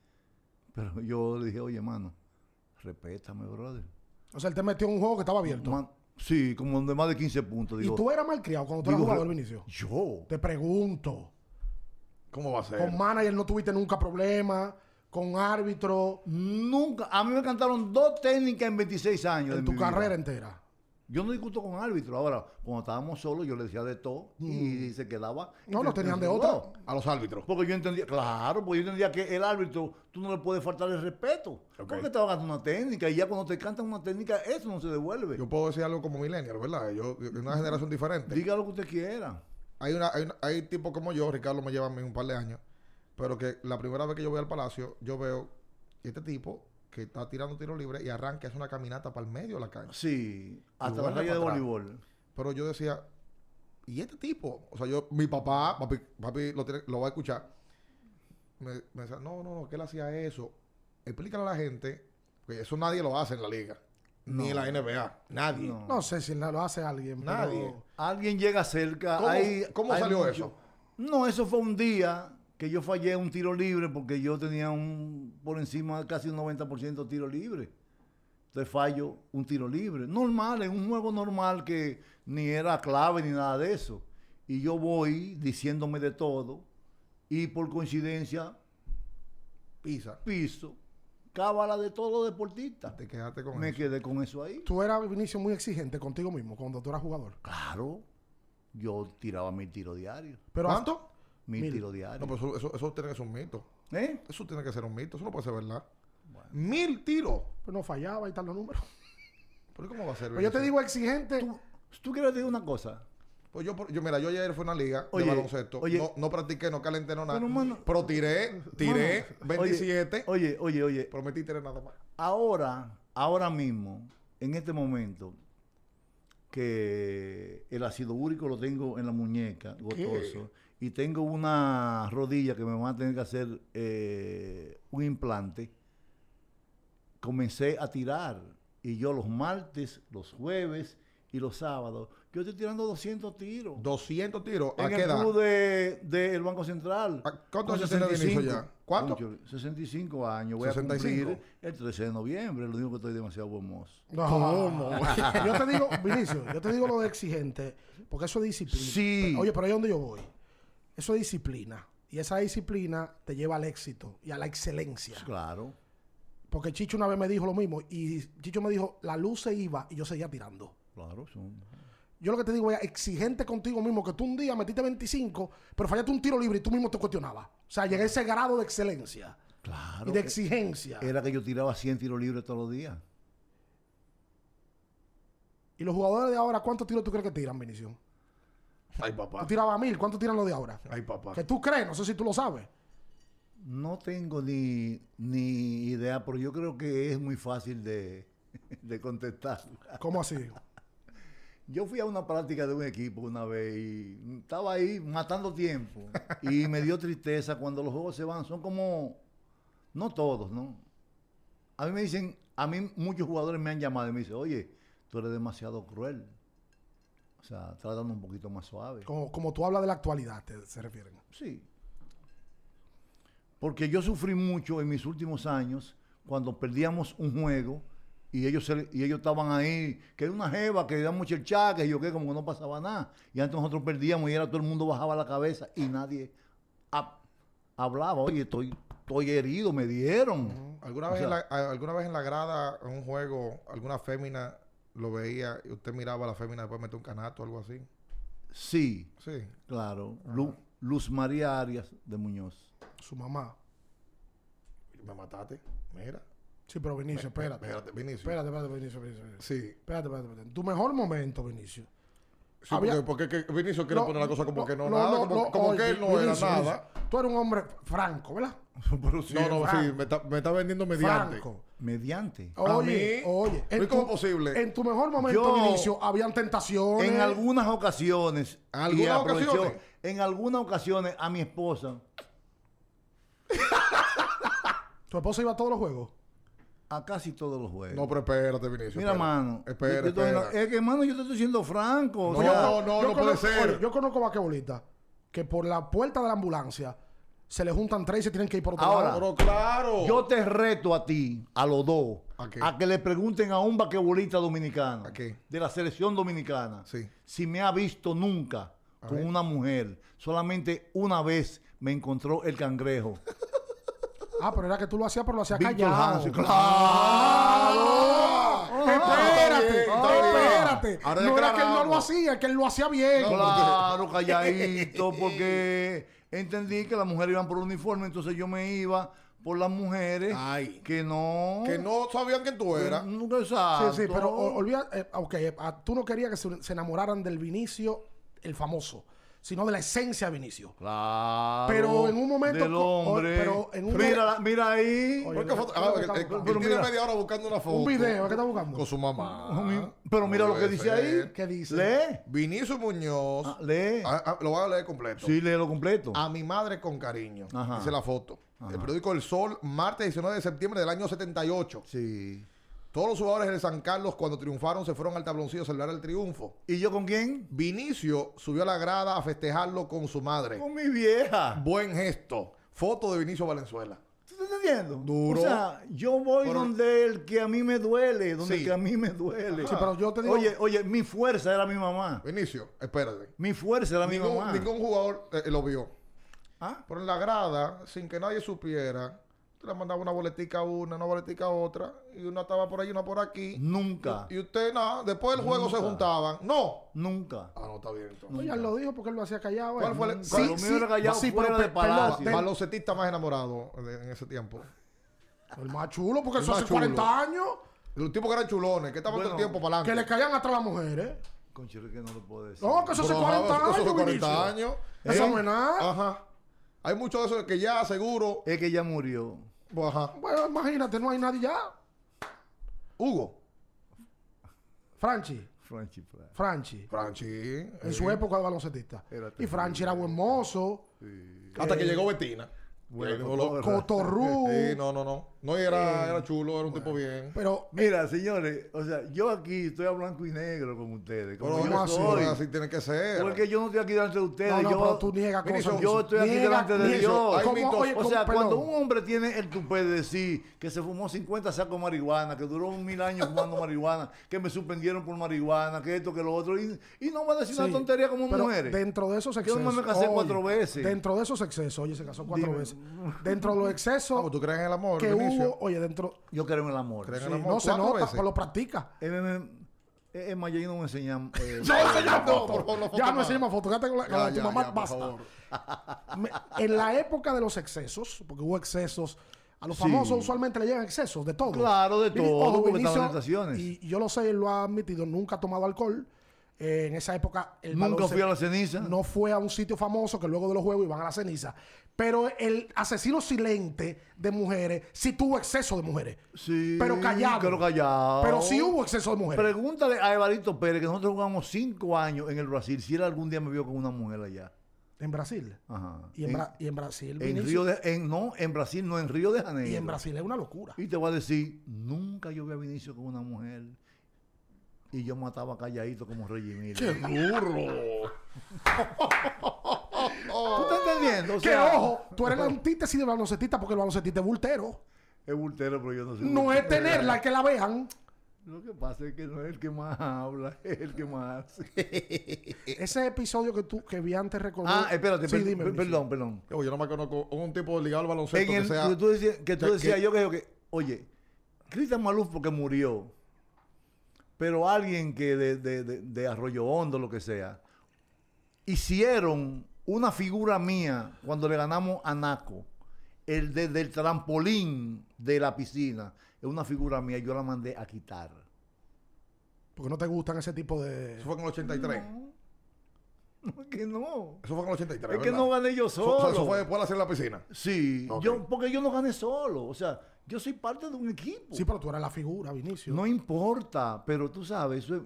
[SPEAKER 1] Pero yo le dije, oye, hermano, respétame, brother.
[SPEAKER 3] o sea, él te metió en un juego que estaba abierto.
[SPEAKER 1] Man- sí, como de más de 15 puntos. Digo,
[SPEAKER 3] y tú eras malcriado cuando tú eras
[SPEAKER 1] digo,
[SPEAKER 3] jugador,
[SPEAKER 1] re-
[SPEAKER 3] Vinicio.
[SPEAKER 1] Yo.
[SPEAKER 3] Te pregunto.
[SPEAKER 2] ¿Cómo va a ser?
[SPEAKER 3] Con manager no tuviste nunca problema. Con árbitro.
[SPEAKER 1] Nunca, a mí me cantaron dos técnicas en 26 años. de
[SPEAKER 3] En tu
[SPEAKER 1] mi vida.
[SPEAKER 3] carrera entera.
[SPEAKER 1] Yo no discuto con árbitro. Ahora, cuando estábamos solos, yo le decía de todo
[SPEAKER 2] Mm.
[SPEAKER 1] y se quedaba.
[SPEAKER 3] No, no tenían de
[SPEAKER 1] otra.
[SPEAKER 3] otra.
[SPEAKER 2] A los árbitros.
[SPEAKER 1] Porque yo entendía, claro, porque yo entendía que el árbitro, tú no le puedes faltar el respeto.
[SPEAKER 2] Ok.
[SPEAKER 1] Porque te van a dar una técnica y ya cuando te cantan una técnica, eso no se devuelve.
[SPEAKER 2] Yo puedo decir algo como millennial, ¿verdad? Yo, yo- una generación diferente.
[SPEAKER 1] Diga lo que usted quiera.
[SPEAKER 2] Hay, una, hay, una- hay tipos como yo, Ricardo me lleva a mí un par de años, pero que la primera vez que yo voy al palacio, yo veo este tipo que está tirando tiro libre y arranca, es una caminata para el medio de la cancha.
[SPEAKER 1] Sí, hasta la
[SPEAKER 2] vuelve
[SPEAKER 1] raya de
[SPEAKER 2] para atrás.
[SPEAKER 1] voleibol.
[SPEAKER 2] Pero yo decía, ¿y este tipo? O sea, yo, mi papá, papi, papi lo, tiene- lo va a escuchar. Me, me decía, no, no, no, que él hacía eso. Explícale a la gente, que eso nadie lo hace en la liga, ni en la NBA, nadie.
[SPEAKER 1] No.
[SPEAKER 3] No sé si la- lo hace alguien. pero-
[SPEAKER 2] Nadie.
[SPEAKER 1] Alguien llega cerca.
[SPEAKER 2] ¿Cómo-
[SPEAKER 1] hay-
[SPEAKER 2] cómo
[SPEAKER 1] hay
[SPEAKER 2] salió
[SPEAKER 1] mucho-
[SPEAKER 2] eso?
[SPEAKER 1] No, eso fue un día que yo fallé un tiro libre porque yo tenía un por encima de casi un 90% tiro libre. Entonces fallo un tiro libre. Normal, en un juego normal que ni era clave ni nada de eso. Y yo voy diciéndome de todo y por coincidencia
[SPEAKER 2] Pisa.
[SPEAKER 1] piso cábala de todos los deportistas.
[SPEAKER 2] Te quedaste con
[SPEAKER 1] Me
[SPEAKER 2] eso.
[SPEAKER 1] quedé con eso ahí.
[SPEAKER 3] Tú eras, Vinicio, muy exigente contigo mismo cuando tú eras jugador.
[SPEAKER 1] Claro, yo tiraba mil tiros diarios.
[SPEAKER 3] Pero
[SPEAKER 2] ¿Cuánto?
[SPEAKER 1] Mil,
[SPEAKER 3] Mil.
[SPEAKER 1] tiros diarios.
[SPEAKER 2] No, pero eso, eso, eso tiene que ser un mito.
[SPEAKER 1] ¿Eh?
[SPEAKER 2] Eso tiene que ser un mito, eso no puede ser verdad. Mil tiros.
[SPEAKER 3] Pues no fallaba y tal los números.
[SPEAKER 2] ¿Pero cómo va a ser?
[SPEAKER 1] Pues
[SPEAKER 3] Pero yo te
[SPEAKER 2] Vinicius?
[SPEAKER 3] digo exigente.
[SPEAKER 1] ¿Tú quieres decir una cosa?
[SPEAKER 2] Pues yo, por- yo, mira, yo ayer fui a una liga
[SPEAKER 1] Oye,
[SPEAKER 2] de baloncesto.
[SPEAKER 1] oye.
[SPEAKER 2] no, no practiqué, no calenté, no nada.
[SPEAKER 1] Pero,
[SPEAKER 2] Pero,
[SPEAKER 1] mano-
[SPEAKER 2] tiré, tiré
[SPEAKER 1] Mano, oye,
[SPEAKER 2] 27.
[SPEAKER 1] Oye, oye, oye.
[SPEAKER 2] Prometí tener nada más.
[SPEAKER 1] Ahora, ahora mismo, en este momento, que el ácido úrico lo tengo en la muñeca, gotoso, y tengo una rodilla que me van a tener que hacer eh, un implante, comencé a tirar. Y yo los martes, los jueves y los sábados, yo estoy tirando 200 tiros.
[SPEAKER 2] 200 tiros. ¿A
[SPEAKER 1] en
[SPEAKER 2] qué
[SPEAKER 1] el
[SPEAKER 2] edad?
[SPEAKER 1] club del de, del Banco Central.
[SPEAKER 2] ¿A cuántos
[SPEAKER 1] Con
[SPEAKER 2] años tiene Dionisio ya? ¿Cuánto?
[SPEAKER 1] Concho, 65 años. Voy
[SPEAKER 2] 65.
[SPEAKER 1] a cumplir el 13 de noviembre. Lo digo que estoy demasiado buen mozo.
[SPEAKER 3] No. yo te digo, Vinicio, yo te digo lo de exigente, porque eso es disciplina.
[SPEAKER 1] Sí.
[SPEAKER 3] Oye, pero ahí es donde yo voy. Eso es disciplina. Y esa disciplina te lleva al éxito y a la excelencia.
[SPEAKER 1] Claro.
[SPEAKER 3] Porque Chicho una vez me dijo lo mismo y Chicho me dijo, la luz se iba y yo seguía tirando.
[SPEAKER 1] Claro, son-
[SPEAKER 3] Yo lo que te digo es exigente contigo mismo, que tú un día metiste 25, pero fallaste un tiro libre y tú mismo te cuestionabas. O sea, llegué a ese grado de excelencia
[SPEAKER 1] Claro.
[SPEAKER 3] y de
[SPEAKER 1] que-
[SPEAKER 3] exigencia.
[SPEAKER 1] Era que yo tiraba 100 tiros libres todos los días.
[SPEAKER 3] Y los jugadores de ahora, ¿cuántos tiros tú crees que tiran, Vinicio?
[SPEAKER 2] Ay,
[SPEAKER 3] Tú
[SPEAKER 2] papá.
[SPEAKER 3] tirabas mil, ¿cuántos tiran los de ahora?
[SPEAKER 2] Ay, papá.
[SPEAKER 3] Que tú crees, no sé si tú lo sabes.
[SPEAKER 1] No tengo ni, ni idea, pero yo creo que es muy fácil de, de contestar.
[SPEAKER 3] ¿Cómo así?
[SPEAKER 1] Yo fui a una práctica de un equipo una vez y estaba ahí matando tiempo. Y me dio tristeza cuando los juegos se van. Son como, no todos, ¿no? A mí me dicen, a mí muchos jugadores me han llamado y me dicen, oye, tú eres demasiado cruel. O sea, trátame un poquito más suave.
[SPEAKER 3] Como, como tú hablas de la actualidad, te- se refieren.
[SPEAKER 1] Sí. Porque yo sufrí mucho en mis últimos años cuando perdíamos un juego y ellos, se le- y ellos estaban ahí, que era una jeva, que era mucho el chá, que yo qué, como que no pasaba nada. Y antes nosotros perdíamos y era todo el mundo bajaba la cabeza y nadie ha- hablaba, oye, estoy, estoy herido, me dieron.
[SPEAKER 2] ¿Alguna,
[SPEAKER 1] O
[SPEAKER 2] vez en
[SPEAKER 1] sea-
[SPEAKER 2] la, a- ¿Alguna vez en la grada, en un juego, alguna fémina lo veía y usted miraba a la fémina después meter un canato o algo así?
[SPEAKER 1] Sí,
[SPEAKER 2] Sí.
[SPEAKER 1] claro. Lu- Luz María Arias de Muñoz.
[SPEAKER 3] Su mamá.
[SPEAKER 2] Me mataste. Mira.
[SPEAKER 3] Sí, pero Vinicio, espérate.
[SPEAKER 2] Espérate, Vinicio.
[SPEAKER 3] Espérate, espérate, Vinicio, Vinicio. Vinicio.
[SPEAKER 2] Sí.
[SPEAKER 3] Espérate, espérate, espérate. Tu mejor momento, Vinicio.
[SPEAKER 2] Sí,
[SPEAKER 3] Había-
[SPEAKER 2] porque, porque que Vinicio quiere
[SPEAKER 3] Lo-
[SPEAKER 2] poner la cosa como
[SPEAKER 3] lo-
[SPEAKER 2] que no,
[SPEAKER 3] lo-
[SPEAKER 2] nada,
[SPEAKER 3] lo-
[SPEAKER 2] como,
[SPEAKER 3] lo-
[SPEAKER 2] como
[SPEAKER 3] oye,
[SPEAKER 2] que él no era
[SPEAKER 3] Vinicio,
[SPEAKER 2] nada.
[SPEAKER 3] Vinicio, Tú eres un hombre franco, ¿verdad?
[SPEAKER 1] Pero sí, ah.
[SPEAKER 2] No, no, sí,
[SPEAKER 3] Franco.
[SPEAKER 2] me está, me está vendiendo mediante.
[SPEAKER 3] Franco.
[SPEAKER 1] mediante.
[SPEAKER 3] Oye,
[SPEAKER 2] mí?
[SPEAKER 3] oye. en
[SPEAKER 2] ¿Y cómo
[SPEAKER 3] tu-
[SPEAKER 2] posible?
[SPEAKER 3] En tu mejor momento,
[SPEAKER 1] Yo-
[SPEAKER 3] Vinicio, habían tentaciones.
[SPEAKER 1] En algunas ocasiones.
[SPEAKER 2] ¿En algunas
[SPEAKER 1] y aprovechó-
[SPEAKER 2] ocasiones?
[SPEAKER 1] En algunas ocasiones a mi esposa,
[SPEAKER 3] ¿Tu esposa iba a todos los juegos?
[SPEAKER 1] a casi todos los juegos.
[SPEAKER 2] No, pero espérate, Vinicio.
[SPEAKER 1] Mira,
[SPEAKER 2] espérate.
[SPEAKER 1] mano. yo-
[SPEAKER 2] Espera,
[SPEAKER 1] yo estoy-
[SPEAKER 2] espera.
[SPEAKER 1] es que, mano, yo te estoy siendo franco. o
[SPEAKER 2] No,
[SPEAKER 1] sea,
[SPEAKER 2] no, no,
[SPEAKER 3] Yo
[SPEAKER 2] no puede
[SPEAKER 3] conozco-
[SPEAKER 2] ser.
[SPEAKER 3] oye, yo conozco vaquebolistas que por la puerta de la ambulancia se le juntan tres y se tienen que ir por otro
[SPEAKER 1] Ahora,
[SPEAKER 3] lado.
[SPEAKER 2] Pero claro.
[SPEAKER 1] Yo te reto a ti, a los dos,
[SPEAKER 2] ¿A qué?
[SPEAKER 1] que le pregunten a un vaquebolista dominicano
[SPEAKER 2] ¿A qué?
[SPEAKER 1] de la selección dominicana
[SPEAKER 2] Sí.
[SPEAKER 1] si me ha visto nunca con una mujer. Solamente una vez me encontró el cangrejo.
[SPEAKER 3] Ah, pero era que tú lo hacías, pero lo hacías
[SPEAKER 1] Víctor
[SPEAKER 3] callado.
[SPEAKER 1] Hansen. ¡Claro!
[SPEAKER 3] Espérate,
[SPEAKER 2] Está bien, está bien.
[SPEAKER 3] espérate.
[SPEAKER 2] Ahora
[SPEAKER 3] no era que él no lo
[SPEAKER 2] declaramos.
[SPEAKER 3] hacía, es que él lo hacía bien.
[SPEAKER 2] No,
[SPEAKER 1] Claro, calladito, porque entendí que las mujeres iban por uniforme, entonces yo me iba por las mujeres
[SPEAKER 2] Ay.
[SPEAKER 1] que no.
[SPEAKER 2] Que no sabían quién tú eras.
[SPEAKER 1] Nunca exacto.
[SPEAKER 3] Sí, sí, pero o- olvida, eh, ok, eh, ah, tú no querías que se, se enamoraran del Vinicio, el famoso, sino de la esencia de Vinicio.
[SPEAKER 1] Claro.
[SPEAKER 3] Pero en un momento
[SPEAKER 1] Del
[SPEAKER 3] co-
[SPEAKER 1] hombre.
[SPEAKER 3] pero en un
[SPEAKER 1] mira,
[SPEAKER 3] momento-
[SPEAKER 1] mira ahí.
[SPEAKER 3] Oye,
[SPEAKER 2] ¿Por qué
[SPEAKER 3] no,
[SPEAKER 2] foto? Ah,
[SPEAKER 3] no, no,
[SPEAKER 2] eh,
[SPEAKER 3] no,
[SPEAKER 2] eh,
[SPEAKER 3] no,
[SPEAKER 2] él
[SPEAKER 1] pero
[SPEAKER 2] tiene
[SPEAKER 1] mira.
[SPEAKER 2] media hora buscando una foto.
[SPEAKER 3] Un video, ¿qué está buscando?
[SPEAKER 2] Con su
[SPEAKER 3] ah,
[SPEAKER 2] mamá.
[SPEAKER 1] Pero mira
[SPEAKER 2] No
[SPEAKER 1] lo que
[SPEAKER 2] puede
[SPEAKER 1] dice
[SPEAKER 2] ser.
[SPEAKER 1] ahí.
[SPEAKER 3] ¿Qué dice?
[SPEAKER 1] Lee.
[SPEAKER 2] Vinicio Muñoz.
[SPEAKER 1] Ah, lee.
[SPEAKER 2] Ah, ah, lo voy a leer completo.
[SPEAKER 1] sí, lee lo completo.
[SPEAKER 3] ah,
[SPEAKER 2] A mi madre con cariño.
[SPEAKER 1] Ajá.
[SPEAKER 2] Dice la foto. El periódico El Sol, martes 19 de septiembre del año 78.
[SPEAKER 1] Sí.
[SPEAKER 2] Todos los jugadores del San Carlos, cuando triunfaron, se fueron al tabloncillo a celebrar el triunfo.
[SPEAKER 1] ¿Y yo con quién?
[SPEAKER 2] Vinicio subió a la grada a festejarlo con su madre.
[SPEAKER 1] Con mi vieja.
[SPEAKER 2] Buen gesto. Foto de Vinicio Valenzuela.
[SPEAKER 1] ¿Tú estás entendiendo?
[SPEAKER 2] Duro.
[SPEAKER 1] O sea, yo voy
[SPEAKER 2] Pero-
[SPEAKER 1] donde el que a mí me duele, donde
[SPEAKER 2] Sí.
[SPEAKER 1] el que a mí me duele.
[SPEAKER 3] Sí,
[SPEAKER 2] Ah.
[SPEAKER 3] pero yo te digo-
[SPEAKER 1] Oye, oye, mi fuerza era mi mamá.
[SPEAKER 2] Vinicio, espérate.
[SPEAKER 1] Mi fuerza era mi
[SPEAKER 2] Ningún,
[SPEAKER 1] mamá.
[SPEAKER 2] ningún jugador eh, lo vio.
[SPEAKER 1] Ah,
[SPEAKER 2] Pero en la grada, sin que nadie supiera, tú le mandaba una boletica a una, una boletica a otra, y una estaba por ahí, una por aquí.
[SPEAKER 1] Nunca,
[SPEAKER 2] Y usted nada, después del juego se
[SPEAKER 1] Nunca.
[SPEAKER 2] juntaban. No.
[SPEAKER 1] nunca.
[SPEAKER 2] Ah, no, está bien. entonces.
[SPEAKER 3] Oye, él lo dijo porque él lo hacía callado.
[SPEAKER 2] ¿Cuál
[SPEAKER 3] eh.
[SPEAKER 2] fue
[SPEAKER 3] Mm.
[SPEAKER 2] el
[SPEAKER 1] Cuando me hubiera callado fuera
[SPEAKER 2] pe-
[SPEAKER 1] de palacio.
[SPEAKER 2] perdón, baloncetista más enamorado de- en ese tiempo?
[SPEAKER 3] El más chulo, porque
[SPEAKER 2] El
[SPEAKER 3] eso
[SPEAKER 2] más
[SPEAKER 3] hace
[SPEAKER 2] chulo.
[SPEAKER 3] 40 años
[SPEAKER 2] Los tipos que eran chulones, que estaban todo el
[SPEAKER 1] Bueno,
[SPEAKER 2] tiempo para
[SPEAKER 3] que le
[SPEAKER 2] adelante.
[SPEAKER 3] callan atrás a las mujeres.
[SPEAKER 1] Conchero que no lo puedo decir.
[SPEAKER 3] No, que eso hace
[SPEAKER 2] Pero,
[SPEAKER 3] 40
[SPEAKER 2] ajá,
[SPEAKER 3] años.
[SPEAKER 2] eso hace 40
[SPEAKER 3] Vinicio.
[SPEAKER 2] años.
[SPEAKER 3] Eso
[SPEAKER 2] ¿Eh?
[SPEAKER 3] no es nada.
[SPEAKER 2] Ajá. Hay mucho de eso que ya seguro.
[SPEAKER 1] Es que ella murió.
[SPEAKER 2] pues, ajá.
[SPEAKER 3] Bueno, imagínate, no hay nadie ya.
[SPEAKER 2] Hugo.
[SPEAKER 3] Franchi,
[SPEAKER 1] Franchi Prat.
[SPEAKER 3] Franchi.
[SPEAKER 2] Franchi.
[SPEAKER 3] En
[SPEAKER 2] eh.
[SPEAKER 3] su época de baloncetista.
[SPEAKER 1] Era
[SPEAKER 3] Y Franchi era buen mozo,
[SPEAKER 2] Eh, Hasta que llegó Betina.
[SPEAKER 1] Bueno,
[SPEAKER 2] Eh,
[SPEAKER 1] fotógrafo.
[SPEAKER 3] cotorrú.
[SPEAKER 2] Sí, no, no, no. No, y era, era chulo, era un tipo bien.
[SPEAKER 3] Pero
[SPEAKER 1] Mira, señores, o sea, yo aquí estoy a blanco y negro con ustedes. Como
[SPEAKER 2] Pero
[SPEAKER 1] yo
[SPEAKER 2] no así,
[SPEAKER 1] soy.
[SPEAKER 2] así tiene que ser.
[SPEAKER 1] Porque yo no estoy aquí delante de ustedes.
[SPEAKER 3] No, no,
[SPEAKER 1] yo,
[SPEAKER 3] pero tú niegas
[SPEAKER 1] Vinicio,
[SPEAKER 3] cosas.
[SPEAKER 1] Yo estoy aquí
[SPEAKER 3] Niegas-
[SPEAKER 1] delante de
[SPEAKER 3] Vinicio,
[SPEAKER 1] Dios.
[SPEAKER 2] hay
[SPEAKER 3] ¿cómo-
[SPEAKER 2] mitos.
[SPEAKER 3] oye,
[SPEAKER 1] o
[SPEAKER 3] cómo-
[SPEAKER 1] sea, cuando
[SPEAKER 3] perdón?
[SPEAKER 1] un hombre tiene el tupé de decir que se fumó 50 sacos de marihuana, que duró un mil años fumando marihuana, que me suspendieron por marihuana, que esto, que lo otro, y, y no va a decir
[SPEAKER 3] Sí,
[SPEAKER 1] una tontería como
[SPEAKER 3] pero
[SPEAKER 1] mujeres.
[SPEAKER 3] Dentro de esos
[SPEAKER 1] Yo
[SPEAKER 3] excesos.
[SPEAKER 1] me casé cuatro veces.
[SPEAKER 3] Dentro de esos excesos, oye, se casó cuatro
[SPEAKER 1] Dime,
[SPEAKER 3] veces. Dentro de los
[SPEAKER 2] Vamos,
[SPEAKER 3] excesos
[SPEAKER 2] ¿Tú crees en el amor,
[SPEAKER 3] que
[SPEAKER 2] Vinicio?
[SPEAKER 3] hubo, oye, dentro.
[SPEAKER 1] Yo creo en el amor.
[SPEAKER 2] ¿Crees
[SPEAKER 1] Sí.
[SPEAKER 2] en
[SPEAKER 3] sí,
[SPEAKER 2] el amor?
[SPEAKER 3] no se
[SPEAKER 2] ¿Cuatro
[SPEAKER 3] nota,
[SPEAKER 2] veces?
[SPEAKER 3] pues lo practica.
[SPEAKER 1] Eh, eh, eh, Es más, yo no me enseñan. eh,
[SPEAKER 2] No, eso ya no, por favor, no
[SPEAKER 3] Ya
[SPEAKER 2] foto
[SPEAKER 3] no
[SPEAKER 2] más.
[SPEAKER 3] enseñamos fotos. Quédate con la, con la de tu
[SPEAKER 2] ya,
[SPEAKER 3] mamá,
[SPEAKER 2] ya, por
[SPEAKER 3] basta.
[SPEAKER 2] favor.
[SPEAKER 3] Me- en la época de los excesos, porque hubo excesos, a los
[SPEAKER 1] Sí.
[SPEAKER 3] famosos usualmente le llegan excesos de todo.
[SPEAKER 1] Claro, de
[SPEAKER 3] Vini-
[SPEAKER 1] todo,
[SPEAKER 3] ojo,
[SPEAKER 1] porque
[SPEAKER 3] Vinicio,
[SPEAKER 1] estaban en estaciones.
[SPEAKER 3] Y y yo lo sé, él lo ha admitido, nunca ha tomado alcohol. Eh, en esa época, el
[SPEAKER 1] Nunca
[SPEAKER 3] baloncesto
[SPEAKER 1] fui a la ceniza.
[SPEAKER 3] no fue a un sitio famoso que luego de los juegos iban a la ceniza. Pero el asesino silente de mujeres sí tuvo exceso de mujeres.
[SPEAKER 1] Sí,
[SPEAKER 3] Pero callado.
[SPEAKER 1] Pero callado.
[SPEAKER 3] Pero sí hubo exceso de mujeres.
[SPEAKER 1] Pregúntale a Evaristo Pérez, que nosotros jugamos cinco años en el Brasil, si él algún día me vio con una mujer allá.
[SPEAKER 3] en Brasil.
[SPEAKER 1] Ajá.
[SPEAKER 3] Y en, Bra- y en Brasil.
[SPEAKER 1] en
[SPEAKER 3] Vinicio,
[SPEAKER 1] Río de en, No, en Brasil, no, en Río de Janeiro.
[SPEAKER 3] y en Brasil es una locura.
[SPEAKER 1] Y te voy a decir, nunca yo vi a Vinicio con una mujer. Y yo mataba calladito como Rey Emilio.
[SPEAKER 2] ¡Qué duro!
[SPEAKER 1] ¿Tú estás entendiendo? O
[SPEAKER 3] que
[SPEAKER 1] sea,
[SPEAKER 3] oh, ojo, tú eres la antítesis del baloncetista porque el baloncetista es bultero.
[SPEAKER 1] Es bultero, pero yo no sé.
[SPEAKER 3] No es tenerla que la vean.
[SPEAKER 1] Lo que pasa es que no es el que más habla, es el que más hace.
[SPEAKER 3] Ese episodio que tú que vi antes recordó.
[SPEAKER 1] eh, ah, espérate,
[SPEAKER 3] Sí,
[SPEAKER 1] per-
[SPEAKER 3] dime,
[SPEAKER 1] per-
[SPEAKER 3] Vinicio.
[SPEAKER 1] perdón, perdón.
[SPEAKER 2] Yo, yo no me conozco un tipo ligado al baloncesto
[SPEAKER 1] En el,
[SPEAKER 2] que sea...
[SPEAKER 1] que tú decías, que tú
[SPEAKER 2] que-
[SPEAKER 1] decías
[SPEAKER 2] que-
[SPEAKER 1] yo que, yo que, oye, Cristian Maluf porque murió, pero alguien que de, de- de- de Arroyo Hondo, lo que sea, hicieron una figura mía cuando le ganamos a Naco, el de- del trampolín de la piscina, es una figura mía, yo la mandé a quitar.
[SPEAKER 3] Porque no te gustan ese tipo de.
[SPEAKER 2] Eso fue en el 83.
[SPEAKER 1] No, es que no.
[SPEAKER 2] Eso fue en el 83,
[SPEAKER 1] Es que
[SPEAKER 2] ¿verdad?
[SPEAKER 1] no gané yo
[SPEAKER 2] Eso- eso-
[SPEAKER 1] solo.
[SPEAKER 2] Eso fue después de hacer la piscina.
[SPEAKER 1] Sí,
[SPEAKER 2] Ok.
[SPEAKER 1] yo, porque yo no gané solo. O sea, yo soy parte de un equipo.
[SPEAKER 3] Sí, pero tú eres la figura, Vinicio.
[SPEAKER 1] No importa, pero tú sabes, eso es-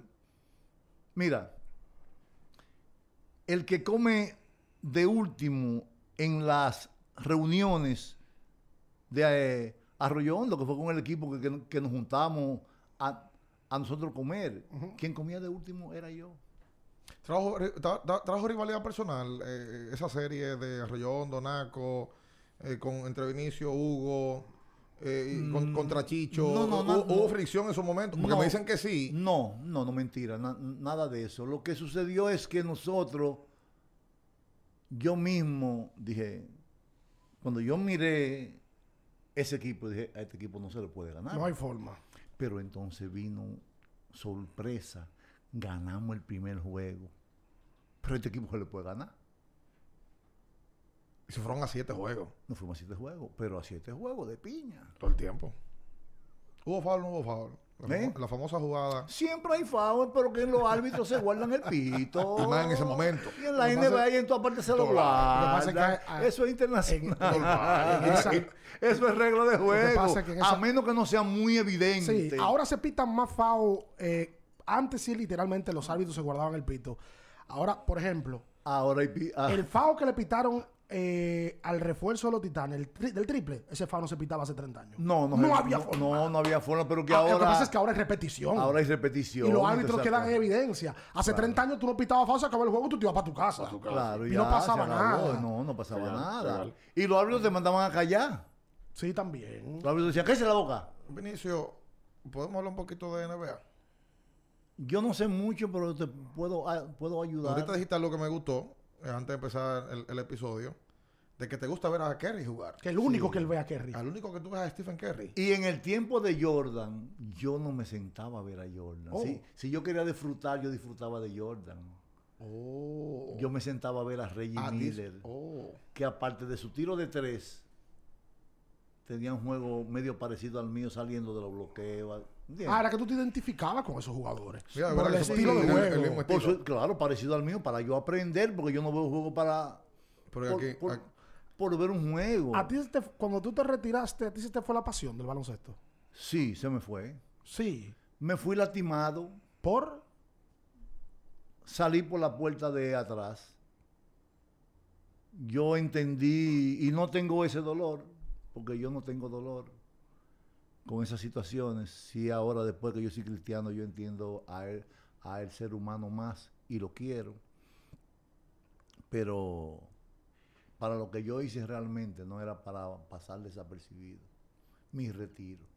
[SPEAKER 1] mira, el que come de último en las reuniones de eh, Arroyo Hondo, que fue con el equipo que, que no- que nos juntamos a, a nosotros comer, quien comía de último era yo.
[SPEAKER 2] Trajo, ri- tra- tra- trajo rivalidad personal. eh, esa serie de Arroyón, Donaco, eh, con, entre Vinicio, Hugo, eh, y con- contra Chicho.
[SPEAKER 1] Mm, no, no, no,
[SPEAKER 2] ¿Hubo, hubo
[SPEAKER 1] no.
[SPEAKER 2] fricción en su momento? Porque
[SPEAKER 1] No.
[SPEAKER 2] me dicen que sí.
[SPEAKER 1] No, no, no mentira, na- nada de eso. Lo que sucedió es que nosotros, yo mismo dije, cuando yo miré ese equipo, dije, a este equipo no se le puede ganar.
[SPEAKER 3] No hay forma.
[SPEAKER 1] Pero entonces vino sorpresa, ganamos el primer juego, pero a este equipo se le puede ganar.
[SPEAKER 2] Y se fueron a siete juegos
[SPEAKER 1] Nos fuimos a siete juegos, pero a siete juegos de piña.
[SPEAKER 2] todo el tiempo. ¿Hubo foul no hubo foul? La, famo-
[SPEAKER 1] ¿Eh?
[SPEAKER 2] la famosa jugada.
[SPEAKER 1] Siempre hay foul, pero que los árbitros se guardan el pito.
[SPEAKER 2] Y más en ese momento.
[SPEAKER 1] Y en la
[SPEAKER 2] Lo que pasa
[SPEAKER 1] NBA
[SPEAKER 2] es-
[SPEAKER 1] y en todas partes se
[SPEAKER 2] Todo
[SPEAKER 1] lo
[SPEAKER 2] lo- lo que
[SPEAKER 3] pasa es que
[SPEAKER 1] guardan.
[SPEAKER 3] hay- hay-
[SPEAKER 1] Eso es internacional.
[SPEAKER 2] en- en esa-
[SPEAKER 1] Eso es regla de
[SPEAKER 3] que
[SPEAKER 1] juego.
[SPEAKER 3] pasa es que en esa-
[SPEAKER 1] A menos que no sea muy evidente.
[SPEAKER 3] Sí, ahora se pitan más FAO. eh, antes sí, literalmente, los árbitros se guardaban el pito. Ahora, por ejemplo,
[SPEAKER 1] Ahora hay pi- ah,
[SPEAKER 3] el FAO que le pitaron eh, al refuerzo de los titanes, el tri- del triple, ese FAO no se pitaba hace 30 años.
[SPEAKER 1] No, no,
[SPEAKER 3] no
[SPEAKER 1] se-
[SPEAKER 3] había
[SPEAKER 1] no,
[SPEAKER 3] forma.
[SPEAKER 1] No, no había forma, pero que
[SPEAKER 3] Ah,
[SPEAKER 1] ahora,
[SPEAKER 3] Lo que pasa es que ahora es repetición.
[SPEAKER 1] ahora hay repetición.
[SPEAKER 3] y los árbitros
[SPEAKER 1] entonces,
[SPEAKER 3] quedan en evidencia. Hace 30 años tú no pitabas FAO, se acabó el juego, tú te ibas para tu casa.
[SPEAKER 1] Claro,
[SPEAKER 3] Y
[SPEAKER 1] ya,
[SPEAKER 3] no pasaba
[SPEAKER 1] se acabó.
[SPEAKER 3] nada.
[SPEAKER 1] No, no pasaba
[SPEAKER 2] Legal,
[SPEAKER 1] nada.
[SPEAKER 2] legal.
[SPEAKER 1] Y los árbitros te mandaban a callar.
[SPEAKER 3] Sí, también.
[SPEAKER 1] Los árbitros decían, cállese la boca.
[SPEAKER 2] Vinicio, ¿podemos hablar un poquito de NBA?
[SPEAKER 1] Yo no sé mucho, pero te puedo, ah, puedo ayudar.
[SPEAKER 2] Ahorita dijiste lo que me gustó, eh, antes de empezar el, el episodio, de que te gusta ver a Kerry jugar.
[SPEAKER 3] Que el único que él ve a Kerry.
[SPEAKER 2] Al único que tú ves a Stephen Kerry.
[SPEAKER 1] Y en el tiempo de Jordan, yo no me sentaba a ver a Jordan.
[SPEAKER 3] Oh.
[SPEAKER 1] Si, si yo quería disfrutar, yo disfrutaba de Jordan.
[SPEAKER 2] Oh.
[SPEAKER 1] Yo me sentaba a ver a Reggie
[SPEAKER 2] Ah, dis-
[SPEAKER 1] Miller,
[SPEAKER 2] Oh.
[SPEAKER 1] que aparte de su tiro de tres, tenía un juego medio parecido al mío saliendo de los bloqueos. ¿entiendes?
[SPEAKER 3] Ah, era que tú te identificabas con esos jugadores.
[SPEAKER 2] Mira,
[SPEAKER 3] por el
[SPEAKER 2] mira, eso-
[SPEAKER 3] estilo de
[SPEAKER 2] el- el- el
[SPEAKER 3] juego.
[SPEAKER 2] mismo
[SPEAKER 1] Por
[SPEAKER 2] estilo.
[SPEAKER 1] su- claro, parecido al mío, para yo aprender, porque yo no veo juego para...
[SPEAKER 2] Porque
[SPEAKER 1] por-
[SPEAKER 2] aquí-
[SPEAKER 1] por-
[SPEAKER 2] aquí-
[SPEAKER 1] por ver un juego.
[SPEAKER 3] A ti se te- cuando tú te retiraste, a ti se te fue la pasión del baloncesto.
[SPEAKER 1] Sí, se me fue.
[SPEAKER 3] Sí.
[SPEAKER 1] Me fui lastimado,
[SPEAKER 3] Por
[SPEAKER 1] salí por la puerta de atrás. Yo entendí y no tengo ese dolor, porque yo no tengo dolor con esas situaciones. Sí, ahora después que yo soy cristiano, yo entiendo a él, a el ser humano más y lo quiero. Pero para lo que yo hice realmente no era para pasar desapercibido. Mi retiro.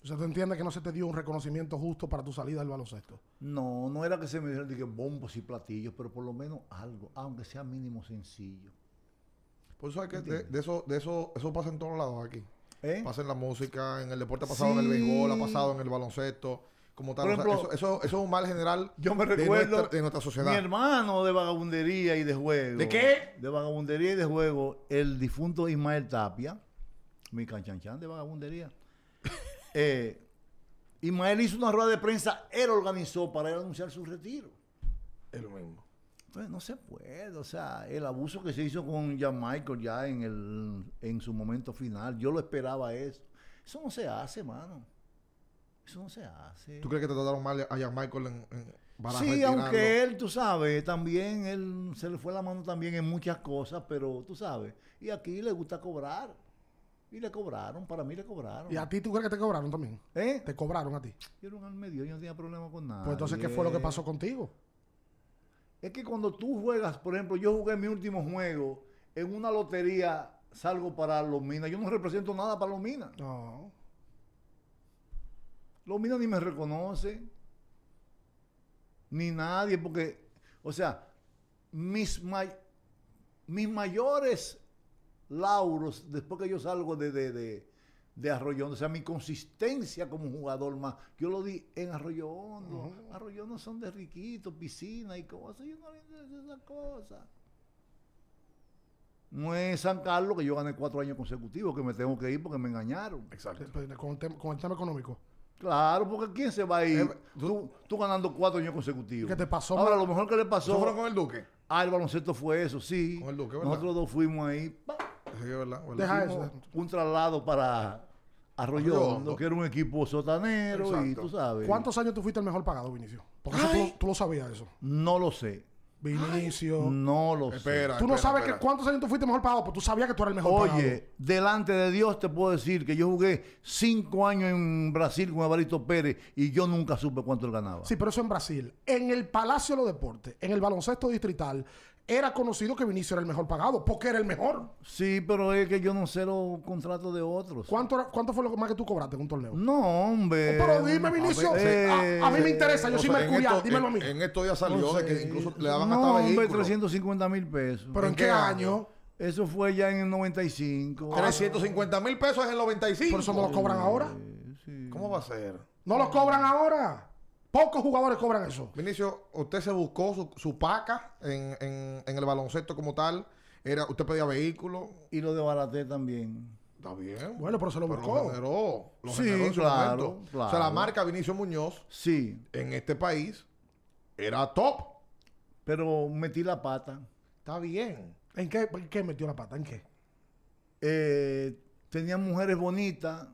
[SPEAKER 3] o sea, tú entiendes que no se te dio un reconocimiento justo para tu salida del baloncesto.
[SPEAKER 1] No, no era que se me dijeron de que bombos y platillos, pero por lo menos algo, aunque sea mínimo sencillo.
[SPEAKER 2] Pues sabes que de, de eso, de eso, eso pasa en todos lados aquí.
[SPEAKER 1] ¿Eh?
[SPEAKER 2] Pasa en la música, en el deporte ha pasado en el béisbol, ha pasado en el baloncesto, como tal.
[SPEAKER 1] Por
[SPEAKER 2] O sea,
[SPEAKER 1] ejemplo,
[SPEAKER 2] eso, eso, eso es un mal general
[SPEAKER 1] Yo me
[SPEAKER 2] de,
[SPEAKER 1] recuerdo
[SPEAKER 2] nuestra, de nuestra
[SPEAKER 1] Mi
[SPEAKER 2] sociedad.
[SPEAKER 1] hermano de vagabundería y de juego.
[SPEAKER 2] ¿De qué?
[SPEAKER 1] De vagabundería y de juego, el difunto Ismael Tapia, mi canchanchan de vagabundería. eh, Ismael hizo una rueda de prensa, él organizó para él anunciar su retiro.
[SPEAKER 2] Es lo mismo.
[SPEAKER 1] Entonces no se puede, o sea, el abuso que se hizo con Jan Michael ya en, el, en su momento final, yo lo esperaba eso. Eso no se hace, mano. Eso no se hace.
[SPEAKER 2] ¿Tú crees que te trataron mal a Jan Michael en, en- para
[SPEAKER 1] Sí,
[SPEAKER 2] retirarlo?
[SPEAKER 1] aunque él, tú sabes, también él se le fue la mano también en muchas cosas, pero tú sabes, y aquí le gusta cobrar. Y le cobraron, para mí le cobraron.
[SPEAKER 3] ¿Y a ti tú crees que te cobraron también?
[SPEAKER 1] ¿Eh?
[SPEAKER 3] Te cobraron a ti.
[SPEAKER 1] Yo era un almedio, yo no tenía problema con nada.
[SPEAKER 3] Pues entonces, ¿qué fue lo que pasó contigo?
[SPEAKER 1] Es que cuando tú juegas, por ejemplo, yo jugué mi último juego en una lotería, salgo para los minas. Yo no represento nada para los minas.
[SPEAKER 3] No.
[SPEAKER 1] Los minas ni me reconocen. Ni nadie, porque, o sea, mis, may- mis mayores lauros, después que yo salgo de, de, de, de Arroyo Hondo, o sea, mi consistencia como jugador más, yo lo di en Arroyo Hondo. Arroyo Hondo son de riquitos, piscina y cosas. Yo no le interesa esa cosa. No es San Carlos que yo gané cuatro años consecutivos, que me tengo que ir porque me engañaron.
[SPEAKER 2] Exacto.
[SPEAKER 3] Pues, Con el, tema, con el tema económico.
[SPEAKER 1] Claro, porque ¿quién se va a ir?
[SPEAKER 2] Eh,
[SPEAKER 1] tú, tú ganando cuatro años consecutivos.
[SPEAKER 3] ¿Qué te pasó,
[SPEAKER 1] Ahora,
[SPEAKER 3] man?
[SPEAKER 1] lo mejor que le
[SPEAKER 2] ¿Eso fueron
[SPEAKER 1] pasó
[SPEAKER 2] con el Duque?
[SPEAKER 1] al baloncesto fue eso, sí.
[SPEAKER 2] Con el Duque, ¿verdad?
[SPEAKER 1] Nosotros dos fuimos ahí, pa,
[SPEAKER 2] Sí, ¿verdad? ¿verdad?
[SPEAKER 3] Deja
[SPEAKER 1] hicimos
[SPEAKER 3] eso.
[SPEAKER 1] un traslado para Arroyo
[SPEAKER 2] Arroyo Hondo.
[SPEAKER 1] Hondo, que era un equipo sotanero y
[SPEAKER 2] Exacto.
[SPEAKER 1] tú sabes.
[SPEAKER 3] ¿Cuántos años tú fuiste el mejor pagado, Vinicio? Porque eso tú, tú lo sabías eso.
[SPEAKER 1] No lo sé.
[SPEAKER 3] Vinicio.
[SPEAKER 1] No lo sé.
[SPEAKER 2] Espera,
[SPEAKER 3] Tú no
[SPEAKER 2] espera,
[SPEAKER 3] sabes que-
[SPEAKER 2] espera.
[SPEAKER 3] cuántos años tú fuiste mejor pagado, pero tú sabías que tú eras el mejor pagado.
[SPEAKER 1] Oye, delante de Dios te puedo decir que yo jugué cinco años en Brasil con Evaristo Pérez y yo nunca supe cuánto él ganaba.
[SPEAKER 3] Sí, pero eso en Brasil. En el Palacio de los Deportes, en el baloncesto distrital, era conocido que Vinicio era el mejor pagado, porque era el mejor.
[SPEAKER 1] Sí, pero es que yo no sé los contratos de otros.
[SPEAKER 3] ¿Cuánto, era- cuánto fue lo más que tú cobraste en un torneo?
[SPEAKER 2] Eh,
[SPEAKER 1] No, hombre.
[SPEAKER 3] Oh, Pero dime, Vinicio.
[SPEAKER 1] Eh,
[SPEAKER 3] a, a mí me interesa, yo
[SPEAKER 2] O
[SPEAKER 3] soy
[SPEAKER 2] sea, en
[SPEAKER 3] mercurial,
[SPEAKER 2] esto-
[SPEAKER 3] dímelo
[SPEAKER 2] en-
[SPEAKER 3] a mí.
[SPEAKER 2] En esto ya salió de que incluso le daban
[SPEAKER 1] no,
[SPEAKER 2] hasta
[SPEAKER 1] hombre,
[SPEAKER 2] vehículos.
[SPEAKER 1] 350 mil pesos.
[SPEAKER 3] pero
[SPEAKER 2] ¿en
[SPEAKER 3] ¿en,
[SPEAKER 2] qué
[SPEAKER 3] qué año?
[SPEAKER 1] Eso fue ya en el 95.
[SPEAKER 3] Ah,
[SPEAKER 2] 350 mil pesos en el 95.
[SPEAKER 3] Por eso no lo cobran ahora.
[SPEAKER 2] ¿Cómo va a ser?
[SPEAKER 3] No lo cobran ahora. Pocos jugadores cobran eso.
[SPEAKER 2] Vinicio, usted se buscó su, su paca en, en- en el baloncesto como tal. Era, usted pedía vehículo.
[SPEAKER 1] Y lo de Baraté también.
[SPEAKER 2] Está bien.
[SPEAKER 3] Bueno, pero se lo buscó.
[SPEAKER 2] Lo generó. Lo
[SPEAKER 1] Sí,
[SPEAKER 2] generó en su
[SPEAKER 1] claro,
[SPEAKER 2] momento. O sea,
[SPEAKER 1] claro.
[SPEAKER 2] la marca Vinicio Muñoz
[SPEAKER 1] Sí,
[SPEAKER 2] en este país era top.
[SPEAKER 1] pero metí la pata.
[SPEAKER 2] Está bien.
[SPEAKER 3] ¿En qué, en qué metió la pata? ¿En qué?
[SPEAKER 1] Eh, tenía mujeres bonitas.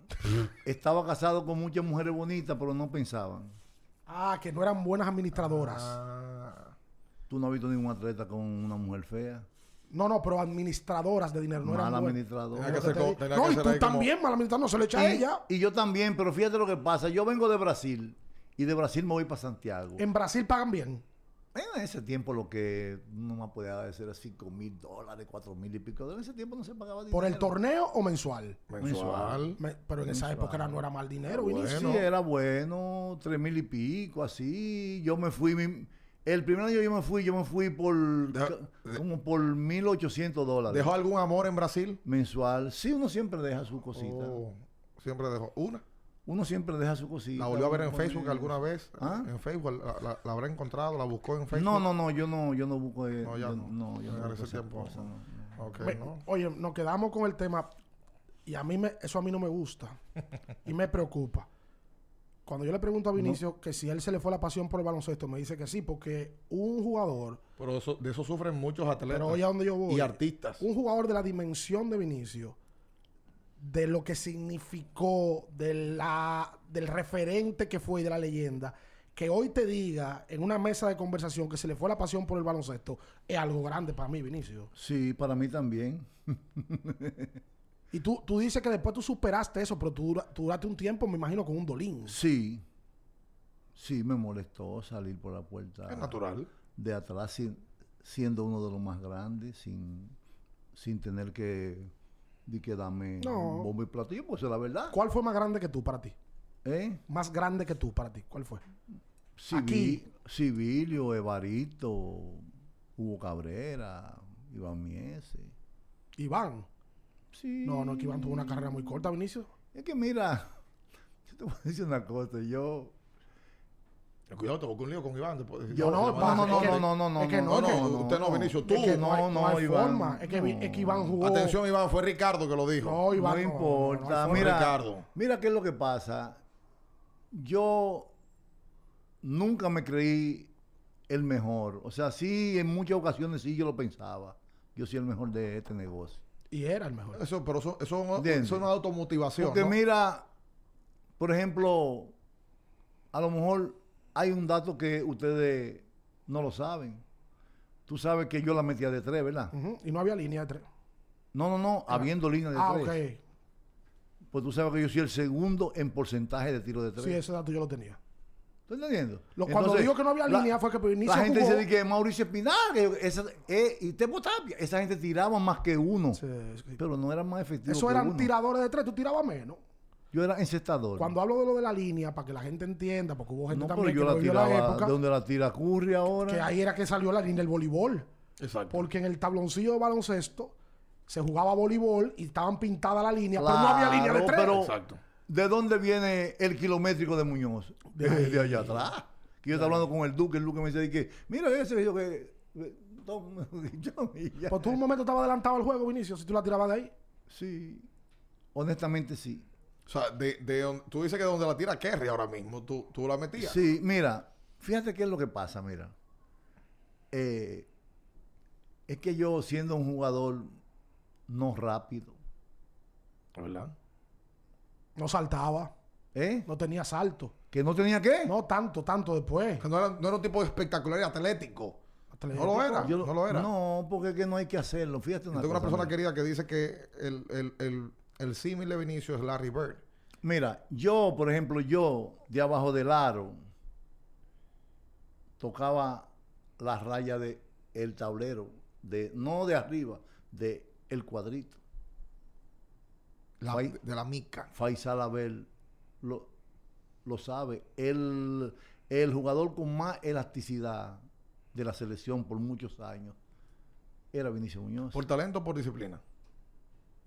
[SPEAKER 1] estaba casado con muchas mujeres bonitas, pero no pensaban.
[SPEAKER 3] Ah, que no eran buenas administradoras.
[SPEAKER 2] Ah,
[SPEAKER 1] Tú no has visto ningún atleta con una mujer fea.
[SPEAKER 3] No, no, pero administradoras de dinero. No
[SPEAKER 1] Mal
[SPEAKER 3] eran buenas.
[SPEAKER 1] administrador.
[SPEAKER 2] Tenía que
[SPEAKER 3] Yo te
[SPEAKER 2] ser co-
[SPEAKER 3] digo.
[SPEAKER 2] tenía
[SPEAKER 3] No,
[SPEAKER 2] que
[SPEAKER 3] y
[SPEAKER 2] ser
[SPEAKER 3] tú
[SPEAKER 2] ahí como-
[SPEAKER 3] también, mal administrador, no se lo echa a
[SPEAKER 1] Y-
[SPEAKER 3] ella.
[SPEAKER 1] Y yo también, pero fíjate lo que pasa. Yo vengo de Brasil y de Brasil me voy para Santiago. En,
[SPEAKER 3] En Brasil pagan bien.
[SPEAKER 1] ese tiempo lo que no me podía decir era 5 mil dólares, 4 mil y pico. En ese tiempo no se pagaba dinero.
[SPEAKER 3] ¿Por el torneo o mensual?
[SPEAKER 2] mensual.
[SPEAKER 3] Me- pero en esa época era- no era mal dinero,
[SPEAKER 2] Bueno.
[SPEAKER 3] Vinicio.
[SPEAKER 1] Sí, era bueno, 3 mil y pico, así. Yo me fui, mi- el primer año yo me fui, yo me fui por
[SPEAKER 2] Deja-
[SPEAKER 1] ca- como por 1.800 dólares
[SPEAKER 2] ¿Dejó algún amor en Brasil?
[SPEAKER 1] mensual. Sí, uno siempre deja su cosita.
[SPEAKER 2] Oh, siempre dejó una.
[SPEAKER 1] Uno siempre deja su cosita.
[SPEAKER 2] La volvió a ver
[SPEAKER 1] uno
[SPEAKER 2] en
[SPEAKER 1] pone-
[SPEAKER 2] Facebook alguna vez.
[SPEAKER 1] ¿Ah?
[SPEAKER 2] En Facebook la, la- la habrá encontrado, la buscó en Facebook.
[SPEAKER 1] No, no, no, yo no, yo no busco. eh,
[SPEAKER 2] No, ya
[SPEAKER 1] yo,
[SPEAKER 2] no.
[SPEAKER 1] no, yo
[SPEAKER 2] Ya
[SPEAKER 1] no
[SPEAKER 2] en
[SPEAKER 1] busco
[SPEAKER 2] ese
[SPEAKER 1] esas
[SPEAKER 2] tiempo.
[SPEAKER 1] cosas, no, no.
[SPEAKER 2] Ok,
[SPEAKER 3] Me-
[SPEAKER 2] no.
[SPEAKER 3] Oye, nos quedamos con el tema y a mí me, eso a mí no me gusta y me preocupa. Cuando yo le pregunto a Vinicio que si a él se le fue la pasión por el baloncesto, me dice que sí, porque un jugador,
[SPEAKER 2] Pero eso- de eso sufren muchos atletas
[SPEAKER 3] pero oye a donde yo voy,
[SPEAKER 2] y artistas.
[SPEAKER 3] un jugador de la dimensión de Vinicio, de lo que significó, de la, del referente que fue y de la leyenda, que hoy te diga en una mesa de conversación que se le fue la pasión por el baloncesto, es algo grande para mí, Vinicio.
[SPEAKER 1] Sí, para mí también.
[SPEAKER 3] Y tú, tú dices que después tú superaste eso, pero tú, dura- tú duraste un tiempo, me imagino, con un dolín.
[SPEAKER 1] Sí. Sí, me molestó salir por la puerta
[SPEAKER 2] Es natural.
[SPEAKER 1] de atrás sin- siendo uno de los más grandes, sin, sin tener que, di que darme
[SPEAKER 3] No.
[SPEAKER 1] bombo y platillo, pues es la verdad.
[SPEAKER 3] ¿Cuál fue más grande que tú para ti?
[SPEAKER 1] ¿Eh?
[SPEAKER 3] Más grande que tú para ti. ¿Cuál fue?
[SPEAKER 1] Civi-
[SPEAKER 3] Aquí.
[SPEAKER 1] Civilio, Evaristo, Hugo Cabrera, Iván Miese.
[SPEAKER 3] Iván.
[SPEAKER 1] Sí.
[SPEAKER 3] No, no, que Iván tuvo una carrera muy corta, Vinicio.
[SPEAKER 1] Es que mira, yo te voy a decir una cosa. Yo.
[SPEAKER 2] Cuidado, te busco un lío con Iván. te puedo decir.
[SPEAKER 3] Yo no,
[SPEAKER 2] te
[SPEAKER 1] No,
[SPEAKER 2] van a-
[SPEAKER 1] no, no,
[SPEAKER 3] es que-
[SPEAKER 1] no, no, no,
[SPEAKER 3] es que no, es que-
[SPEAKER 2] usted no, Vinicio, tú.
[SPEAKER 3] Es que
[SPEAKER 1] no,
[SPEAKER 3] hay-
[SPEAKER 1] no,
[SPEAKER 3] hay
[SPEAKER 1] Iván,
[SPEAKER 3] forma. Es que, vi-
[SPEAKER 1] no.
[SPEAKER 3] es que Iván jugó.
[SPEAKER 2] Atención, Iván, fue Ricardo que lo dijo.
[SPEAKER 3] No,
[SPEAKER 1] no
[SPEAKER 3] Iván. no, no,
[SPEAKER 1] importa.
[SPEAKER 3] no hay forma.
[SPEAKER 1] mira,
[SPEAKER 2] Ricardo.
[SPEAKER 1] mira qué es lo que pasa. Yo nunca me creí el mejor. O sea, sí, en muchas ocasiones sí yo lo pensaba. Yo soy el mejor de este negocio.
[SPEAKER 3] Y era el mejor.
[SPEAKER 2] Eso, pero eso, eso, no-
[SPEAKER 1] Entiende.
[SPEAKER 2] eso no es automotivación.
[SPEAKER 1] Porque
[SPEAKER 2] ¿no?
[SPEAKER 1] mira, por ejemplo, a lo mejor hay un dato que ustedes no lo saben. Tú sabes que yo la metía de tres, ¿verdad?
[SPEAKER 3] Ujú, Y no había línea de tres.
[SPEAKER 1] No, no, no, habiendo línea de
[SPEAKER 3] Mm. Ah,
[SPEAKER 1] tres.
[SPEAKER 3] ok.
[SPEAKER 1] Pues tú sabes que yo soy el segundo en porcentaje de tiro de tres.
[SPEAKER 3] Sí, ese dato yo lo tenía.
[SPEAKER 1] ¿Estás entendiendo?
[SPEAKER 3] Lo- cuando
[SPEAKER 1] Entonces,
[SPEAKER 3] digo que no había
[SPEAKER 1] la-
[SPEAKER 3] línea fue que Vinicio
[SPEAKER 1] La gente
[SPEAKER 3] jugó.
[SPEAKER 1] dice de que Mauricio Espinar que esa- eh, y Tepo Tapia. Esa gente tiraba más que uno,
[SPEAKER 3] Sí, es que-
[SPEAKER 1] pero no eran más efectivos.
[SPEAKER 3] Eso
[SPEAKER 1] que
[SPEAKER 3] eran
[SPEAKER 1] uno.
[SPEAKER 3] tiradores de tres, tú tirabas menos.
[SPEAKER 1] Yo era encestador.
[SPEAKER 3] Cuando hablo de lo de la línea, para que la gente entienda, porque hubo gente
[SPEAKER 1] no, pero
[SPEAKER 3] también
[SPEAKER 1] yo
[SPEAKER 3] que
[SPEAKER 1] la
[SPEAKER 3] no vivió la
[SPEAKER 1] tiraba
[SPEAKER 3] época,
[SPEAKER 1] de donde la tira Curry ahora.
[SPEAKER 3] que ahí era que salió la línea del voleibol.
[SPEAKER 2] Exacto.
[SPEAKER 3] Porque en el tabloncillo de baloncesto se jugaba voleibol y estaban pintada la línea, pero no
[SPEAKER 1] Claro,
[SPEAKER 3] había línea de tres.
[SPEAKER 1] pero-
[SPEAKER 2] Exacto.
[SPEAKER 1] ¿De dónde viene el kilométrico de Muñoz?
[SPEAKER 3] De
[SPEAKER 1] De,
[SPEAKER 3] ahí.
[SPEAKER 1] de allá atrás. Que yo estaba hablando con el Duque, el Duque me dice de que, mira ese, yo que... Tom, yo, y ya.
[SPEAKER 3] Pues tú un momento estabas adelantado al juego, Vinicio, si tú la tirabas de ahí.
[SPEAKER 1] Sí, honestamente sí.
[SPEAKER 2] O sea, de, de don- tú dices que donde la tira Kerry ahora mismo, tú, tú la metías.
[SPEAKER 1] Sí, mira, fíjate qué es lo que pasa, mira. Eh, es que yo siendo un jugador no rápido,
[SPEAKER 2] ¿Verdad?
[SPEAKER 3] No saltaba,
[SPEAKER 1] ¿eh?
[SPEAKER 3] no tenía salto.
[SPEAKER 1] Que no tenía qué.
[SPEAKER 3] No tanto, tanto después.
[SPEAKER 2] Que no era, no era un tipo espectacular y atlético.
[SPEAKER 3] Atlético.
[SPEAKER 2] No lo era.
[SPEAKER 1] Ah, Yo
[SPEAKER 2] no lo era.
[SPEAKER 1] No, porque es que no hay que hacerlo. Fíjate
[SPEAKER 2] Yo
[SPEAKER 1] una
[SPEAKER 2] tengo una
[SPEAKER 1] cosa,
[SPEAKER 2] persona
[SPEAKER 1] mira.
[SPEAKER 2] querida que dice que el, el, el, el símil de Vinicio es Larry Bird.
[SPEAKER 1] Mira, yo, por ejemplo, yo de abajo del aro tocaba la raya de el tablero, de no de arriba, de el cuadrito.
[SPEAKER 2] La-
[SPEAKER 1] Fue-
[SPEAKER 2] de la mica.
[SPEAKER 1] Faisal Abel lo, lo sabe. El, el jugador con más elasticidad de la selección por muchos años era Vinicio Muñoz. Por,
[SPEAKER 2] Por talento o por disciplina.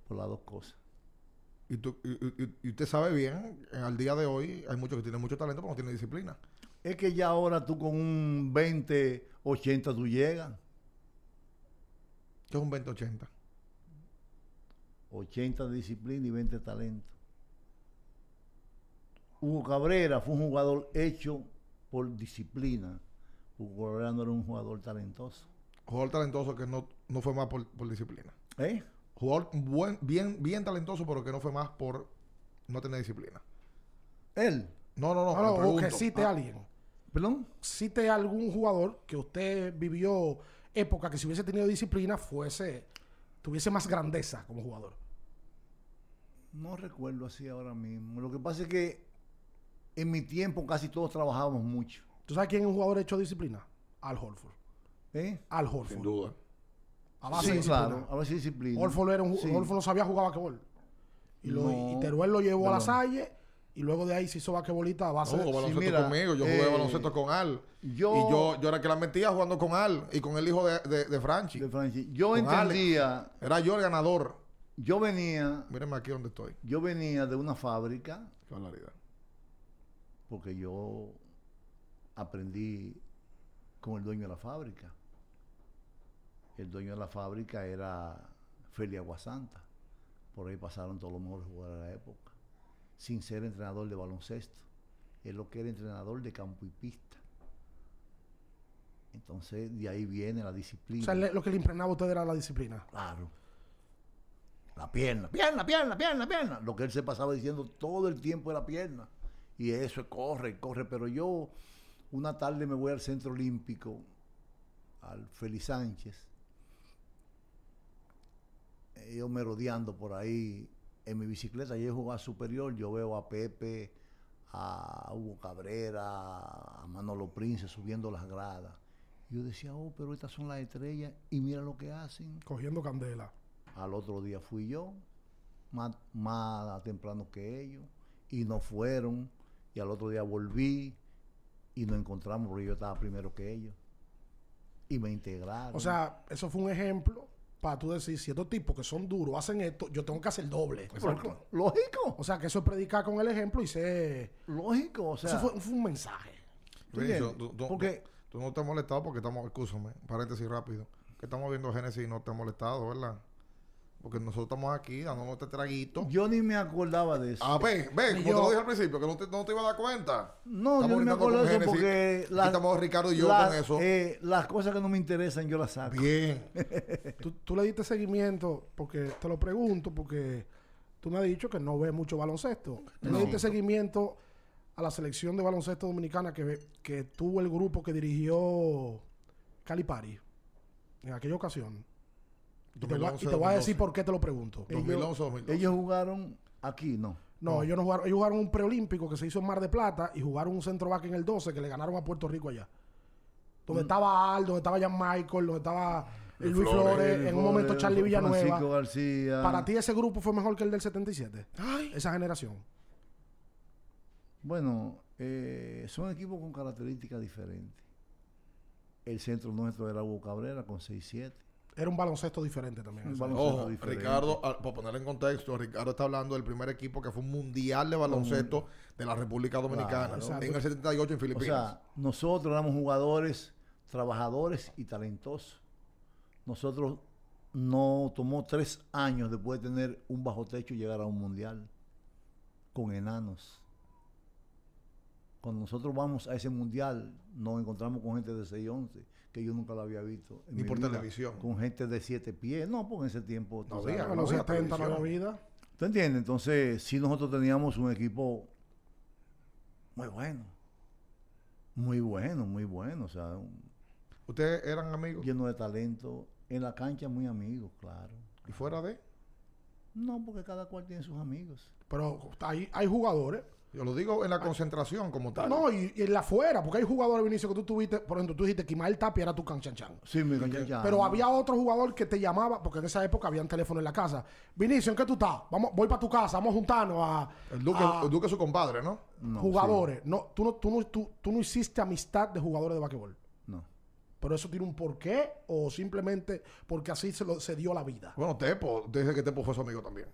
[SPEAKER 1] las dos cosas.
[SPEAKER 2] Y, tú- y- y- y usted sabe bien, eh, al día de hoy hay muchos que tienen mucho talento, pero no tienen disciplina.
[SPEAKER 1] Es que ya ahora tú con un 20, 80 tú llegas.
[SPEAKER 2] Que es un 20-80.
[SPEAKER 1] 80 de disciplina y 20 de talento. Hugo Cabrera fue un jugador hecho por disciplina. Hugo Cabrera no era un jugador talentoso.
[SPEAKER 2] Jugador talentoso que no, no fue más por, por disciplina.
[SPEAKER 1] ¿Eh?
[SPEAKER 2] Jugador buen, bien, bien talentoso, pero que no fue más por no tener disciplina.
[SPEAKER 1] Él,
[SPEAKER 2] No, no, no. le
[SPEAKER 3] No, no, o que
[SPEAKER 2] pregunto.
[SPEAKER 3] cite
[SPEAKER 2] Ah,
[SPEAKER 3] a alguien.
[SPEAKER 1] perdón.
[SPEAKER 3] Cite a algún jugador que usted vivió época que si hubiese tenido disciplina fuese, tuviese más grandeza como jugador.
[SPEAKER 1] No recuerdo así ahora mismo. Lo que pasa es que en mi tiempo casi todos trabajábamos mucho.
[SPEAKER 3] ¿Tú sabes quién es un jugador hecho de disciplina? Al Horford.
[SPEAKER 1] ¿eh?
[SPEAKER 3] Al
[SPEAKER 2] Sin
[SPEAKER 3] Horford.
[SPEAKER 2] duda.
[SPEAKER 3] A base de
[SPEAKER 1] sí,
[SPEAKER 3] disciplina.
[SPEAKER 1] claro. A ver si disciplina.
[SPEAKER 3] Horford, era un, ju-
[SPEAKER 1] Sí.
[SPEAKER 3] Horford no sabía jugar vaquebol. Y, lo, y
[SPEAKER 1] No,
[SPEAKER 3] Teruel lo llevó a la
[SPEAKER 1] perdón.
[SPEAKER 3] salle y luego de ahí se hizo vaquebolista a base
[SPEAKER 2] No, jugó
[SPEAKER 3] de...
[SPEAKER 2] baloncesto
[SPEAKER 1] mira,
[SPEAKER 2] conmigo, yo jugué
[SPEAKER 1] eh,
[SPEAKER 2] baloncesto con Al.
[SPEAKER 1] yo-
[SPEAKER 2] y yo, yo era el que la metía jugando con Al y con el hijo de, de, de Franchi.
[SPEAKER 1] De Franchi. Yo
[SPEAKER 2] Con Alex.
[SPEAKER 1] entendía,
[SPEAKER 2] Era yo el ganador.
[SPEAKER 1] yo venía,
[SPEAKER 2] Mírenme aquí donde estoy.
[SPEAKER 1] yo venía de una fábrica
[SPEAKER 2] Qué barbaridad.
[SPEAKER 1] porque yo aprendí con el dueño de la fábrica. El dueño de la fábrica era Feli Aguasanta. Por ahí pasaron todos los mejores jugadores de la época. Sin ser entrenador de baloncesto. Es lo que era entrenador de campo y pista. Entonces, de ahí viene la
[SPEAKER 3] O
[SPEAKER 1] disciplina.
[SPEAKER 3] sea, le- lo que le impregnaba a usted era la disciplina.
[SPEAKER 1] Claro. La pierna, pierna, pierna, pierna, pierna. Lo que él se pasaba diciendo todo el tiempo era pierna. Y eso es corre, corre. Pero yo una tarde me voy al Centro Olímpico, al Félix Sánchez. Eh, Yo merodeando por ahí en mi bicicleta, yo jugaba superior, yo veo a Pepe, a Hugo Cabrera, a Manolo Prince subiendo las gradas. Yo decía, oh, pero estas son las estrellas y mira lo que hacen.
[SPEAKER 3] Cogiendo candela.
[SPEAKER 1] Al otro día fui yo, más, más temprano que ellos, y no fueron. Y al otro día volví y nos encontramos porque yo estaba primero que ellos. Y me integraron.
[SPEAKER 3] O sea, eso fue un ejemplo para tú decir, si estos tipos que son duros hacen esto, yo tengo que hacer el doble.
[SPEAKER 2] Exacto.
[SPEAKER 1] Lógico,
[SPEAKER 3] O sea, que eso es predicar con el ejemplo y ser...
[SPEAKER 1] lógico, o sea,
[SPEAKER 3] eso fue, fue un mensaje.
[SPEAKER 1] ¿Tú
[SPEAKER 2] Luis,
[SPEAKER 1] entiendes?
[SPEAKER 2] tú- tú-
[SPEAKER 1] Porque-
[SPEAKER 2] tú no te has molestado porque estamos, escúchame, paréntesis rápido, que estamos viendo Génesis y no te has molestado, ¿verdad? Porque nosotros estamos aquí dándonos este traguito.
[SPEAKER 1] yo ni me acordaba de eso.
[SPEAKER 2] Ah, ven, ven,
[SPEAKER 3] Y
[SPEAKER 2] como te lo
[SPEAKER 3] yo-
[SPEAKER 2] dije al principio, que no te, no te iba a dar cuenta.
[SPEAKER 1] No, yo
[SPEAKER 2] Estamos
[SPEAKER 1] no me
[SPEAKER 2] brindando
[SPEAKER 1] acuerdo
[SPEAKER 2] con
[SPEAKER 1] de eso
[SPEAKER 2] Génesis.
[SPEAKER 1] porque
[SPEAKER 2] Aquí estamos Ricardo y yo
[SPEAKER 1] las-
[SPEAKER 2] con eso.
[SPEAKER 1] eh, las cosas que no me interesan yo las saco.
[SPEAKER 2] Bien.
[SPEAKER 3] ¿Tú, tú le diste seguimiento, porque te lo pregunto, porque tú me has dicho que no ves mucho baloncesto. ¿Tú
[SPEAKER 2] No.
[SPEAKER 3] le diste seguimiento a la selección de baloncesto dominicana que, ve- que tuvo el grupo que dirigió Calipari en aquella ocasión? Y te, voy a- y
[SPEAKER 2] 2011,
[SPEAKER 3] te voy a
[SPEAKER 2] 2012.
[SPEAKER 3] decir por qué te lo pregunto.
[SPEAKER 1] Ellos-
[SPEAKER 2] 2011, 2012.
[SPEAKER 1] Ellos jugaron aquí, no.
[SPEAKER 3] No, ellos no jugaron, ellos jugaron un preolímpico que se hizo en Mar de Plata y jugaron un centro back en el 12 que le ganaron a Puerto Rico allá.
[SPEAKER 1] Mm.
[SPEAKER 3] Donde estaba Al, donde estaba Jan Michael, donde estaba
[SPEAKER 2] Luis
[SPEAKER 3] Luis Flores,
[SPEAKER 2] Flores,
[SPEAKER 3] en un momento
[SPEAKER 1] Eh, Flores,
[SPEAKER 3] Charlie Villanueva.
[SPEAKER 1] Francisco García.
[SPEAKER 3] Para ti ese grupo fue mejor que el del 77.
[SPEAKER 2] Ay.
[SPEAKER 3] Esa generación.
[SPEAKER 1] Bueno, eh, son equipos con características diferentes. El centro nuestro era Hugo Cabrera con 6-7.
[SPEAKER 3] Era un baloncesto diferente también.
[SPEAKER 1] Un
[SPEAKER 3] ese.
[SPEAKER 1] baloncesto
[SPEAKER 2] Ojo,
[SPEAKER 1] diferente.
[SPEAKER 2] Ricardo, ah, para poner en contexto, Ricardo está hablando del primer equipo que fue un mundial de baloncesto de la República Dominicana
[SPEAKER 1] Claro.
[SPEAKER 2] ¿no?
[SPEAKER 3] Exacto.
[SPEAKER 2] en el 78 en
[SPEAKER 1] O
[SPEAKER 2] Filipinas.
[SPEAKER 1] sea, nosotros éramos jugadores, trabajadores y talentosos. Nosotros no tomó tres años después de tener un bajo techo y llegar a un mundial con enanos. Cuando nosotros vamos a ese mundial, nos encontramos con gente de 6'11, que yo nunca la había visto. en
[SPEAKER 2] Ni
[SPEAKER 1] mi
[SPEAKER 2] por
[SPEAKER 1] vida,
[SPEAKER 2] televisión.
[SPEAKER 1] Con gente de 7 pies. No, porque en ese tiempo... tú
[SPEAKER 2] No
[SPEAKER 1] sabes,
[SPEAKER 2] había,
[SPEAKER 3] En los
[SPEAKER 2] no, la
[SPEAKER 3] 70 no había
[SPEAKER 2] televisión.
[SPEAKER 3] vida.
[SPEAKER 1] ¿Tú entiendes? Entonces, sí nosotros teníamos un equipo muy bueno. Muy bueno, muy bueno. O sea, un-
[SPEAKER 2] ¿Ustedes eran amigos?
[SPEAKER 1] lleno de talento. En la cancha muy amigos, claro.
[SPEAKER 2] ¿Y fuera de?
[SPEAKER 1] No, porque cada cual tiene sus amigos.
[SPEAKER 3] Pero hay, hay jugadores.
[SPEAKER 2] Yo lo digo
[SPEAKER 1] Ah.
[SPEAKER 2] en la concentración como tal.
[SPEAKER 3] No, y, y en la afuera, porque hay jugadores, Vinicio, que tú tuviste. Por ejemplo, tú dijiste que Imael Tapia era tu canchanchan.
[SPEAKER 1] Sí, mi cancha ya,
[SPEAKER 3] Pero
[SPEAKER 1] ¿no?
[SPEAKER 3] había otro jugador que te llamaba, porque en esa época había un teléfono en la casa. Vinicio, ¿en qué tú estás? Vamos, voy para tu casa, vamos a juntarnos a,
[SPEAKER 2] El Duque,
[SPEAKER 1] Ah.
[SPEAKER 3] a
[SPEAKER 2] el Duque es su compadre, ¿no?
[SPEAKER 1] No,
[SPEAKER 3] jugadores. No, tú no, tú no, tú, tú no hiciste amistad de jugadores de basquetbol.
[SPEAKER 1] sí, no.
[SPEAKER 3] Pero eso tiene un porqué o simplemente porque así se, lo, se dio la vida.
[SPEAKER 2] Bueno, Tepo, usted dice que Tepo fue su amigo también.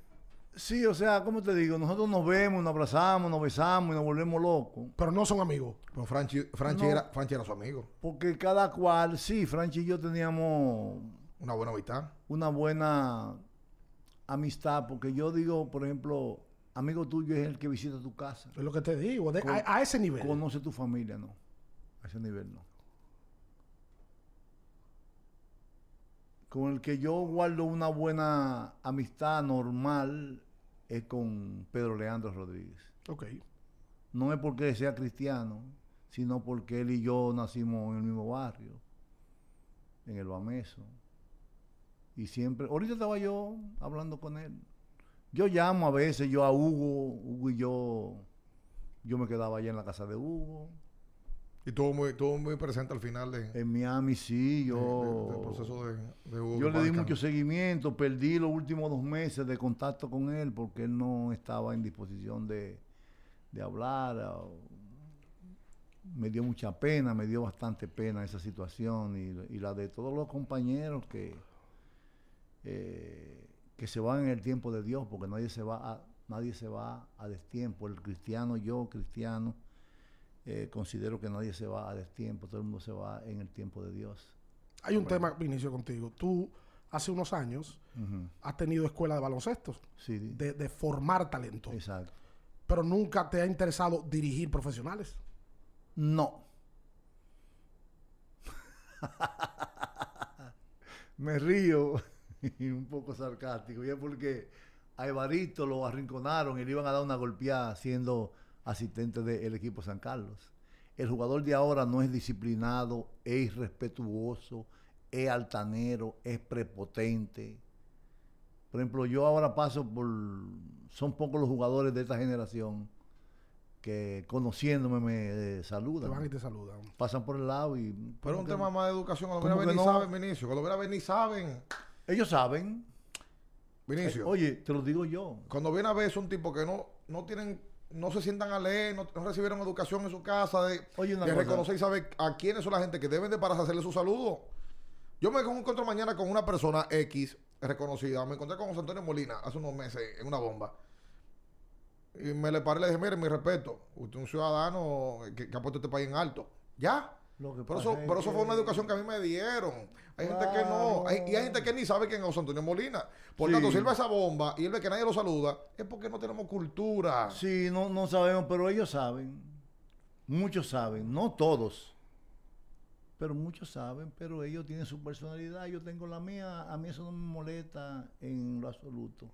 [SPEAKER 1] Sí, o sea, ¿cómo te digo? Nosotros nos vemos, nos abrazamos, nos besamos y nos volvemos locos.
[SPEAKER 3] Pero no son amigos.
[SPEAKER 2] Pero Franchi, Franchi
[SPEAKER 1] No.
[SPEAKER 2] era, Franchi era su amigo.
[SPEAKER 1] Porque cada cual, sí, Franchi y yo teníamos
[SPEAKER 2] Una buena amistad.
[SPEAKER 1] una buena amistad, porque yo digo, por ejemplo, amigo tuyo es el que visita tu casa,
[SPEAKER 3] Es lo que te digo. de-
[SPEAKER 1] Con-
[SPEAKER 3] a, a ese nivel.
[SPEAKER 1] conoce tu familia, no, a ese nivel no. Con el que yo guardo una buena amistad normal es con Pedro Leandro Rodríguez.
[SPEAKER 3] ok.
[SPEAKER 1] No es porque sea cristiano, sino porque él y yo nacimos en el mismo barrio, en el Bameso. Y siempre, ahorita estaba yo hablando con él. Yo llamo a veces, yo a Hugo, Hugo y yo, yo me quedaba allá en la casa de Hugo.
[SPEAKER 2] Y estuvo muy, estuvo muy presente al final de- de-
[SPEAKER 1] En Miami sí,
[SPEAKER 2] de-
[SPEAKER 1] yo...
[SPEAKER 2] del Eh, proceso de, de Hugo
[SPEAKER 1] Yo le di
[SPEAKER 2] Balcán.
[SPEAKER 1] mucho seguimiento, perdí los últimos dos meses de contacto con él porque él no estaba en disposición de, de hablar. o- Me dio mucha pena, me dio bastante pena esa situación y, y la de todos los compañeros que, eh, que se van en el tiempo de Dios, porque nadie se va a, nadie se va a destiempo. El cristiano, yo cristiano, eh, considero que nadie se va a destiempo, todo el mundo se va en el tiempo de Dios.
[SPEAKER 3] Hay un tema, Vinicio, contigo. Tú, hace unos años,
[SPEAKER 1] Ujú.
[SPEAKER 3] has tenido escuela de baloncesto,
[SPEAKER 1] Sí, di-
[SPEAKER 3] de, de formar talento.
[SPEAKER 1] exacto.
[SPEAKER 3] Pero nunca te ha interesado dirigir profesionales.
[SPEAKER 1] No. Me río y un poco sarcástico, ya porque a Evaristo lo arrinconaron y le iban a dar una golpeada siendo asistente del equipo San Carlos. El jugador de ahora no es disciplinado, es irrespetuoso, es altanero, es prepotente. Por ejemplo, yo ahora paso por... Son pocos los jugadores de esta generación que conociéndome me eh,
[SPEAKER 3] Te van y
[SPEAKER 1] saludan.
[SPEAKER 3] te saludan.
[SPEAKER 1] Pasan por el lado y...
[SPEAKER 2] Pero es
[SPEAKER 1] ¿cómo
[SPEAKER 2] un
[SPEAKER 1] que
[SPEAKER 2] tema
[SPEAKER 1] no?
[SPEAKER 2] más de educación. Cuando
[SPEAKER 1] ¿Cómo
[SPEAKER 2] viene a ver
[SPEAKER 1] que
[SPEAKER 2] ni
[SPEAKER 1] no?
[SPEAKER 2] saben, Vinicio. Cuando viene a ver ni saben,
[SPEAKER 1] Ellos saben.
[SPEAKER 2] Vinicio.
[SPEAKER 1] Eh, Oye, te lo digo yo.
[SPEAKER 2] Cuando viene a ver son tipos que no, no tienen, no se sientan a leer, no, no recibieron educación en su casa de,
[SPEAKER 1] Oye, una
[SPEAKER 2] de
[SPEAKER 1] cosa.
[SPEAKER 2] reconocer y saber a quiénes son la gente que deben de pararse a hacerle su saludo. Yo me encontré mañana con una persona X reconocida. Me encontré con José Antonio Molina hace unos meses en una bomba. Y me le paré y le dije, mire, mi respeto, usted es un ciudadano que, que ha puesto este país en alto. Ya.
[SPEAKER 1] Lo que
[SPEAKER 2] Pero
[SPEAKER 1] pasa
[SPEAKER 2] eso,
[SPEAKER 1] es
[SPEAKER 2] pero eso
[SPEAKER 1] que-
[SPEAKER 2] fue una educación que a mí me dieron. Hay gente que no. hay- y hay gente que ni sabe quién es José Antonio Molina. Por
[SPEAKER 1] Sí.
[SPEAKER 2] tanto, si él va a esa bomba y él ve que nadie lo saluda, es porque no tenemos cultura.
[SPEAKER 1] Sí, no, no sabemos, pero ellos saben. Muchos saben, no todos. Pero muchos saben, pero ellos tienen su personalidad, yo tengo la mía, a mí eso no me molesta en lo absoluto.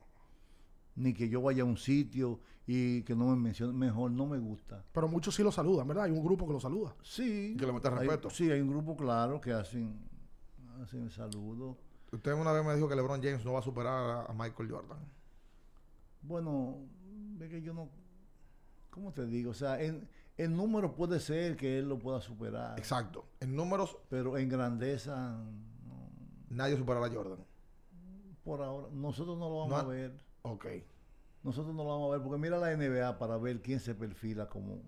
[SPEAKER 1] Ni que yo vaya a un sitio y que no me mencionen, mejor no me gusta.
[SPEAKER 3] Pero muchos sí lo saludan, ¿verdad? Hay un grupo que lo saluda.
[SPEAKER 1] Sí.
[SPEAKER 2] Que le meta
[SPEAKER 1] hay-
[SPEAKER 2] respeto.
[SPEAKER 1] Sí, hay un grupo claro que hacen, hacen el saludo.
[SPEAKER 2] Usted una vez me dijo que LeBron James no va a superar a, a Michael Jordan.
[SPEAKER 1] Bueno, es que yo no. ¿Cómo te digo? O sea, en- el número puede ser que él lo pueda superar.
[SPEAKER 2] Exacto. En números,
[SPEAKER 1] Pero en grandeza, no,
[SPEAKER 2] nadie superará a Jordan.
[SPEAKER 1] por ahora, nosotros no lo vamos
[SPEAKER 2] No
[SPEAKER 1] a
[SPEAKER 2] ha-
[SPEAKER 1] ver.
[SPEAKER 2] Ok.
[SPEAKER 1] Nosotros no lo vamos a ver, porque mira la NBA para ver quién se perfila como.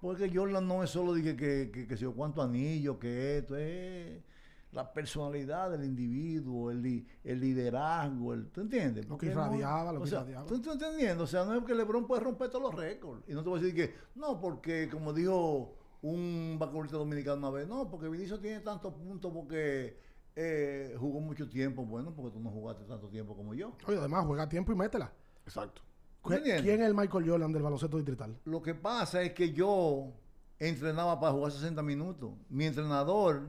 [SPEAKER 1] Porque Jordan no es solo de que, que, que, que sé yo cuánto anillo, que esto, es la personalidad del individuo, el, li- el liderazgo, el, ¿tú entiendes?
[SPEAKER 3] Lo que
[SPEAKER 1] Porque no-
[SPEAKER 3] irradiaba, lo
[SPEAKER 1] o
[SPEAKER 3] que
[SPEAKER 1] sea,
[SPEAKER 3] irradiaba.
[SPEAKER 1] ¿Tú estás entendiendo? O sea, no es que LeBron puede romper todos los récords. Y no te voy a decir que, no, porque como dijo un basquetbolista dominicano una vez, no, porque Vinicio tiene tantos puntos porque eh, jugó mucho tiempo. Bueno, porque tú no jugaste tanto tiempo como yo.
[SPEAKER 3] Oye, además, juega a tiempo y métela.
[SPEAKER 2] Exacto.
[SPEAKER 1] ¿Tú entiendes?
[SPEAKER 3] ¿Quién es el Michael Jordan del baloncesto distrital?
[SPEAKER 1] Lo que pasa es que yo entrenaba para jugar 60 minutos. Mi entrenador,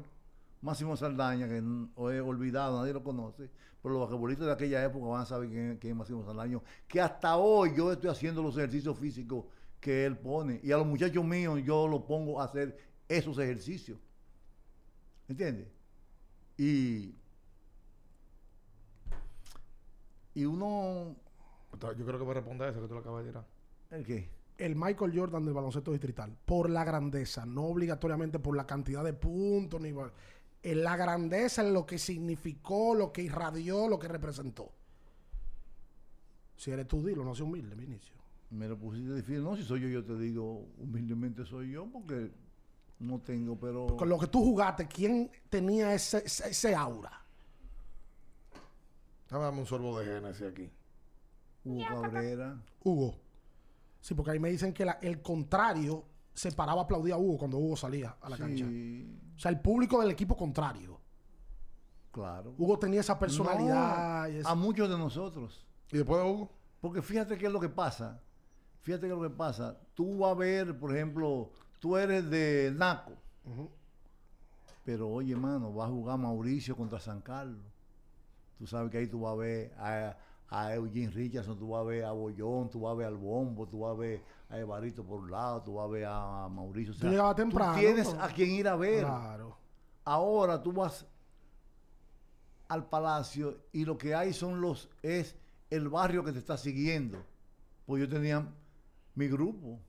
[SPEAKER 1] Máximo Saldaña, que n- o he olvidado, nadie lo conoce, pero los basquetbolistas de aquella época van a saber quién, es- quién es Máximo Saldaña, que hasta hoy yo estoy haciendo los ejercicios físicos que él pone. Y a los muchachos míos yo los pongo a hacer esos ejercicios. ¿Entiendes? Y, y uno...
[SPEAKER 2] Entonces, Yo creo que me responde a eso que tú lo acabas de tirar.
[SPEAKER 1] ¿El qué?
[SPEAKER 3] El Michael Jordan del baloncesto distrital. Por la grandeza, no obligatoriamente por la cantidad de puntos, ni va- en la grandeza, en lo que significó, lo que irradió, lo que representó. Si eres tú, dilo, no seas humilde, Vinicio.
[SPEAKER 1] Me lo pusiste difícil. No, si soy yo, yo te digo, humildemente soy yo, porque no tengo, pero.
[SPEAKER 3] Con lo que tú jugaste, ¿quién tenía ese, ese, ese aura?
[SPEAKER 2] Dame, dame un sorbo de Génesis aquí.
[SPEAKER 1] Hugo Cabrera.
[SPEAKER 3] Hugo. Sí, porque ahí me dicen que la- el contrario se paraba a aplaudir a Hugo cuando Hugo salía a la cancha.
[SPEAKER 1] Sí,
[SPEAKER 3] O sea, el público del equipo contrario.
[SPEAKER 1] claro.
[SPEAKER 3] Hugo tenía esa personalidad. y
[SPEAKER 1] No,
[SPEAKER 3] ese-
[SPEAKER 1] A muchos de nosotros.
[SPEAKER 2] ¿Y después de Hugo?
[SPEAKER 1] Porque fíjate qué es lo que pasa. Fíjate qué es lo que pasa. Tú vas a ver, por ejemplo, tú eres de Naco.
[SPEAKER 3] Ujú.
[SPEAKER 1] Pero oye, mano, va a jugar Mauricio contra San Carlos. Tú sabes que ahí tú vas a ver a, a Eugene Richardson, tú vas a ver a Bollón, tú vas a ver al Bombo, tú vas a ver a Evarito por un lado, tú vas a ver a Mauricio. O
[SPEAKER 3] Tú llegabas temprano,
[SPEAKER 1] tienes
[SPEAKER 3] pero-
[SPEAKER 1] a quien ir a ver.
[SPEAKER 3] Claro.
[SPEAKER 1] Ahora tú vas al palacio y lo que hay son los es el barrio que te está siguiendo. Pues yo tenía mi grupo,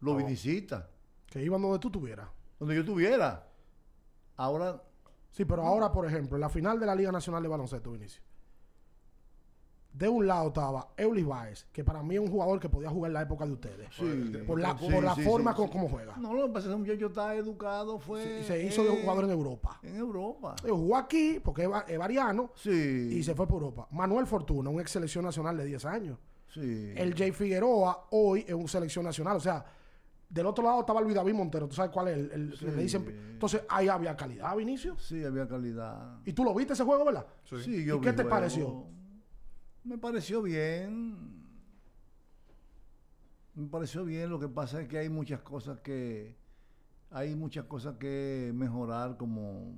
[SPEAKER 1] los
[SPEAKER 2] Oh.
[SPEAKER 1] vinicitas,
[SPEAKER 3] Que iban donde tú tuvieras.
[SPEAKER 1] donde yo tuviera. Ahora
[SPEAKER 3] Sí, pero ahora, por ejemplo, en la final de la Liga Nacional de Baloncesto, Vinicio. De un lado estaba Eulis Baez, que para mí es un jugador que podía jugar en la época de ustedes.
[SPEAKER 1] Sí.
[SPEAKER 3] por la,
[SPEAKER 1] eh, Sí,
[SPEAKER 3] por la
[SPEAKER 1] sí,
[SPEAKER 3] forma
[SPEAKER 1] sí,
[SPEAKER 3] con,
[SPEAKER 1] sí.
[SPEAKER 3] como juega.
[SPEAKER 1] No, lo que pasa es que un muchacho está educado, fue.
[SPEAKER 3] Se- se hizo de un
[SPEAKER 1] eh,
[SPEAKER 3] jugador en Europa.
[SPEAKER 1] En Europa.
[SPEAKER 3] Eh, Jugó aquí porque es va- es variano
[SPEAKER 1] Sí.
[SPEAKER 3] y se fue por Europa. Manuel Fortuna, un ex selección nacional de 10 años.
[SPEAKER 1] sí.
[SPEAKER 3] El Jay Figueroa hoy es un selección nacional. O sea, del otro lado estaba Luis David Montero. ¿Tú sabes cuál es? El, el- le dicen-
[SPEAKER 1] Sí.
[SPEAKER 3] entonces, ahí había calidad, Vinicio.
[SPEAKER 1] Sí, había calidad.
[SPEAKER 3] Y tú lo viste ese juego, ¿verdad?
[SPEAKER 2] Sí.
[SPEAKER 1] Sí, yo
[SPEAKER 3] ¿Y qué
[SPEAKER 1] vi
[SPEAKER 3] te
[SPEAKER 1] juego.
[SPEAKER 3] pareció?
[SPEAKER 1] Me pareció bien. Me pareció bien. Lo que pasa es que hay muchas cosas que. Hay muchas cosas que mejorar como,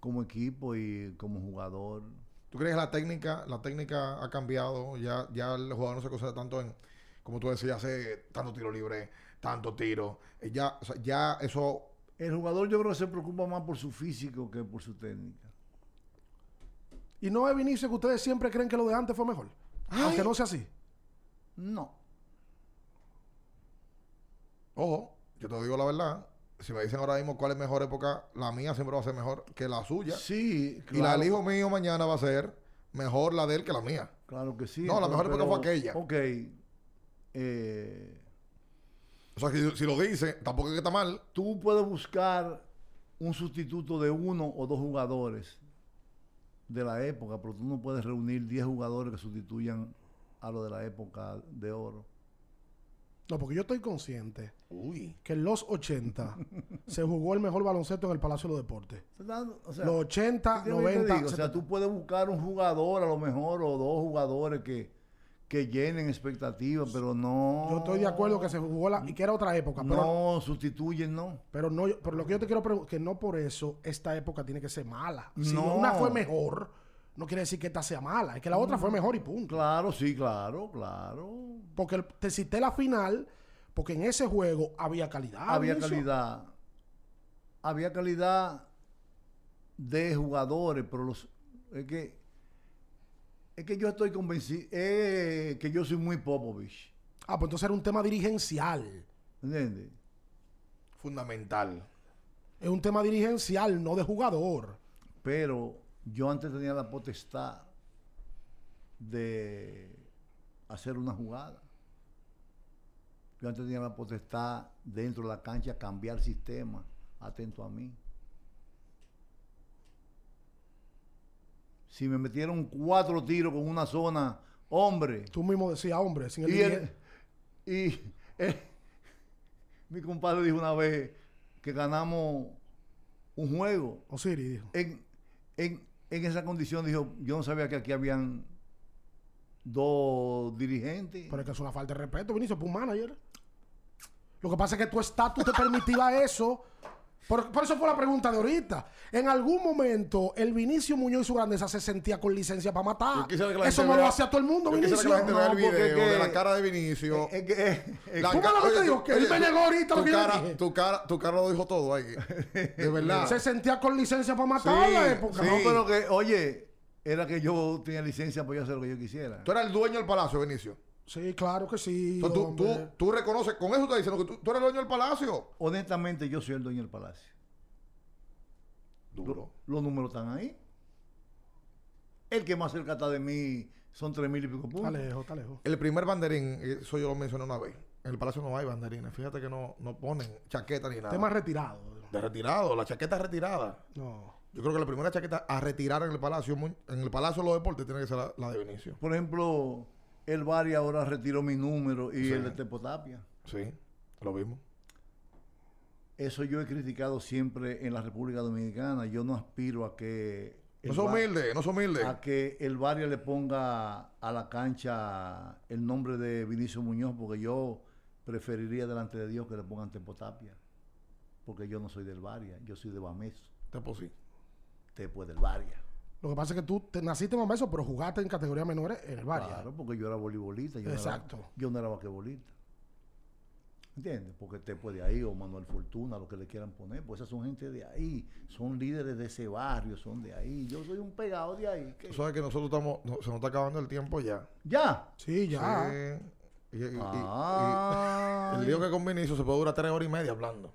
[SPEAKER 1] como equipo y como jugador.
[SPEAKER 2] ¿Tú crees que la técnica, la técnica ha cambiado? Ya, ya el jugador no se concentra tanto en, como tú decías, hace tanto tiro libre, tanto tiro. Eh, Ya, o sea, ya eso,
[SPEAKER 1] El jugador yo creo que se preocupa más por su físico que por su técnica.
[SPEAKER 3] Y no es Vinicio que ustedes siempre creen que lo de antes fue mejor. Aunque no sea así.
[SPEAKER 1] No.
[SPEAKER 2] ojo, yo te digo la verdad. Si me dicen ahora mismo cuál es mejor época, la mía siempre va a ser mejor que la suya.
[SPEAKER 1] Sí,
[SPEAKER 2] Y la
[SPEAKER 1] claro.
[SPEAKER 2] del hijo mío mañana va a ser mejor la de él que la mía.
[SPEAKER 1] Claro que sí.
[SPEAKER 2] No, la mejor
[SPEAKER 1] entonces,
[SPEAKER 2] época fue
[SPEAKER 1] pero-
[SPEAKER 2] aquella.
[SPEAKER 1] Ok. Eh,
[SPEAKER 2] O sea, que si, si lo dice, tampoco es que está mal.
[SPEAKER 1] tú puedes buscar un sustituto de uno o dos jugadores de la época, pero tú no puedes reunir 10 jugadores que sustituyan a lo de la época de oro.
[SPEAKER 3] No, porque yo estoy consciente
[SPEAKER 2] Uy.
[SPEAKER 3] que en los 80 se jugó el mejor baloncesto en el Palacio de los Deportes.
[SPEAKER 1] ¿Verdad? O sea,
[SPEAKER 3] los 80,
[SPEAKER 1] ¿entiendes lo que te
[SPEAKER 3] 90,
[SPEAKER 1] digo? O sea,
[SPEAKER 3] 70.
[SPEAKER 1] tú puedes buscar un jugador a lo mejor o dos jugadores que, que llenen expectativas, pero no...
[SPEAKER 3] Yo estoy de acuerdo que se jugó la, y que era otra época, pero,
[SPEAKER 1] No, sustituyen, no.
[SPEAKER 3] pero no, pero lo que yo te quiero preguntar, que no por eso esta época tiene que ser mala. Si
[SPEAKER 1] No.
[SPEAKER 3] una fue mejor, no quiere decir que esta sea mala, es que la otra fue mejor y punto.
[SPEAKER 1] Claro, sí, claro, claro.
[SPEAKER 3] Porque el- te cité la final, porque en ese juego había calidad.
[SPEAKER 1] había
[SPEAKER 3] Wilson.
[SPEAKER 1] calidad. Había calidad de jugadores, pero los es que es que yo estoy convencido eh, que yo soy muy Popovich,
[SPEAKER 3] Ah, pues entonces era un tema dirigencial.
[SPEAKER 1] ¿entiendes?
[SPEAKER 2] Fundamental.
[SPEAKER 3] Es un tema dirigencial, no de jugador.
[SPEAKER 1] Pero yo antes tenía la potestad de hacer una jugada. Yo antes tenía la potestad dentro de la cancha cambiar sistema, atento a mí. Si me metieron cuatro tiros con una zona, hombre,
[SPEAKER 3] Tú mismo decías, hombre, sin el
[SPEAKER 1] y, el-
[SPEAKER 3] dirige-
[SPEAKER 1] y eh, mi compadre dijo una vez que ganamos un juego
[SPEAKER 3] Osiris Oh, dijo.
[SPEAKER 1] en, en, en esa condición dijo, yo no sabía que aquí habían dos dirigentes. Eh,
[SPEAKER 3] Pero es que es una falta de respeto, Vinicio, para un manager. Lo que pasa es que tu estatus te permitía eso. Por, por eso fue la pregunta de ahorita. En algún momento, el Vinicio Muñoz y su grandeza se sentía con licencia para matar.
[SPEAKER 2] Yo quisiera que la
[SPEAKER 3] Eso
[SPEAKER 2] gente
[SPEAKER 3] no lo
[SPEAKER 2] vea-
[SPEAKER 3] hacía todo el mundo,
[SPEAKER 2] Yo quisiera que la
[SPEAKER 3] Vinicio.
[SPEAKER 2] gente vea el
[SPEAKER 1] No, porque
[SPEAKER 2] video
[SPEAKER 1] es que-
[SPEAKER 2] de la cara de Vinicio.
[SPEAKER 1] Es eh, que- es-
[SPEAKER 2] La
[SPEAKER 1] es-
[SPEAKER 3] Eh, ¿Cómo
[SPEAKER 2] ca-
[SPEAKER 3] lo que te
[SPEAKER 2] oye,
[SPEAKER 3] digo?
[SPEAKER 2] tú-
[SPEAKER 3] Que él
[SPEAKER 2] oye,
[SPEAKER 3] me
[SPEAKER 2] tú-
[SPEAKER 3] llegó ahorita lo
[SPEAKER 2] tu
[SPEAKER 3] que yo
[SPEAKER 2] cara,
[SPEAKER 3] dije.
[SPEAKER 2] Tu cara, tu cara lo dijo todo ahí. De verdad.
[SPEAKER 3] Se sentía con licencia para matar en la época.
[SPEAKER 1] no,
[SPEAKER 2] sí.
[SPEAKER 1] pero que, oye, era que yo tenía licencia para yo hacer lo que yo quisiera.
[SPEAKER 2] Tú eras el dueño del palacio, Vinicio.
[SPEAKER 3] Sí, claro que sí.
[SPEAKER 2] Entonces, tú,
[SPEAKER 3] hombre.
[SPEAKER 2] tú, tú reconoces, con eso estás diciendo que tú, tú eres el dueño del palacio.
[SPEAKER 1] Honestamente, yo soy el dueño del palacio.
[SPEAKER 2] Duro.
[SPEAKER 1] Los números están ahí. El que más cerca está de mí son tres mil y pico puntos.
[SPEAKER 3] Está lejos, está lejos.
[SPEAKER 2] El primer banderín, eso yo lo mencioné una vez. En el palacio no hay banderines. Fíjate que no, no ponen chaqueta ni nada.
[SPEAKER 3] Tema retirado.
[SPEAKER 2] De retirado, la chaqueta retirada.
[SPEAKER 3] No.
[SPEAKER 2] Yo creo que la primera chaqueta a retirar en el palacio, mu- en el palacio de los deportes, tiene que ser la, la de Vinicio.
[SPEAKER 1] Por ejemplo, el Bari ahora retiró mi número y
[SPEAKER 2] Sí.
[SPEAKER 1] el de Tepotapia.
[SPEAKER 2] Sí, lo mismo.
[SPEAKER 1] Eso yo he criticado siempre en la República Dominicana. Yo no aspiro a que el,
[SPEAKER 2] No soy
[SPEAKER 1] bar-
[SPEAKER 2] humilde, no soy humilde.
[SPEAKER 1] a que el barrio le ponga a la cancha el nombre de Vinicio Muñoz, porque yo preferiría delante de Dios que le pongan Tempotapia. Porque yo no soy del Varia, yo soy de Bamés,
[SPEAKER 2] Te posí.
[SPEAKER 1] Tepo es del Varia.
[SPEAKER 3] Lo que pasa es que tú te naciste en eso, pero jugaste en categoría menores en el barrio.
[SPEAKER 1] Claro, porque yo era voleibolista. Yo No
[SPEAKER 3] Exacto.
[SPEAKER 1] era, yo no era basquetbolista. ¿Entiendes? Porque Tepo es de ahí, o Manuel Fortuna, lo que le quieran poner, pues esas son gente de ahí, son líderes de ese barrio, son de ahí. Yo soy un pegado de ahí. ¿qué?
[SPEAKER 2] Tú sabes que nosotros estamos, no- se nos está acabando el tiempo ya.
[SPEAKER 1] ¡Ya!
[SPEAKER 3] Sí, ya.
[SPEAKER 2] Sí. Y- y- y- y-
[SPEAKER 1] Ah.
[SPEAKER 2] el lío que con Vinicio se puede durar tres horas y media hablando.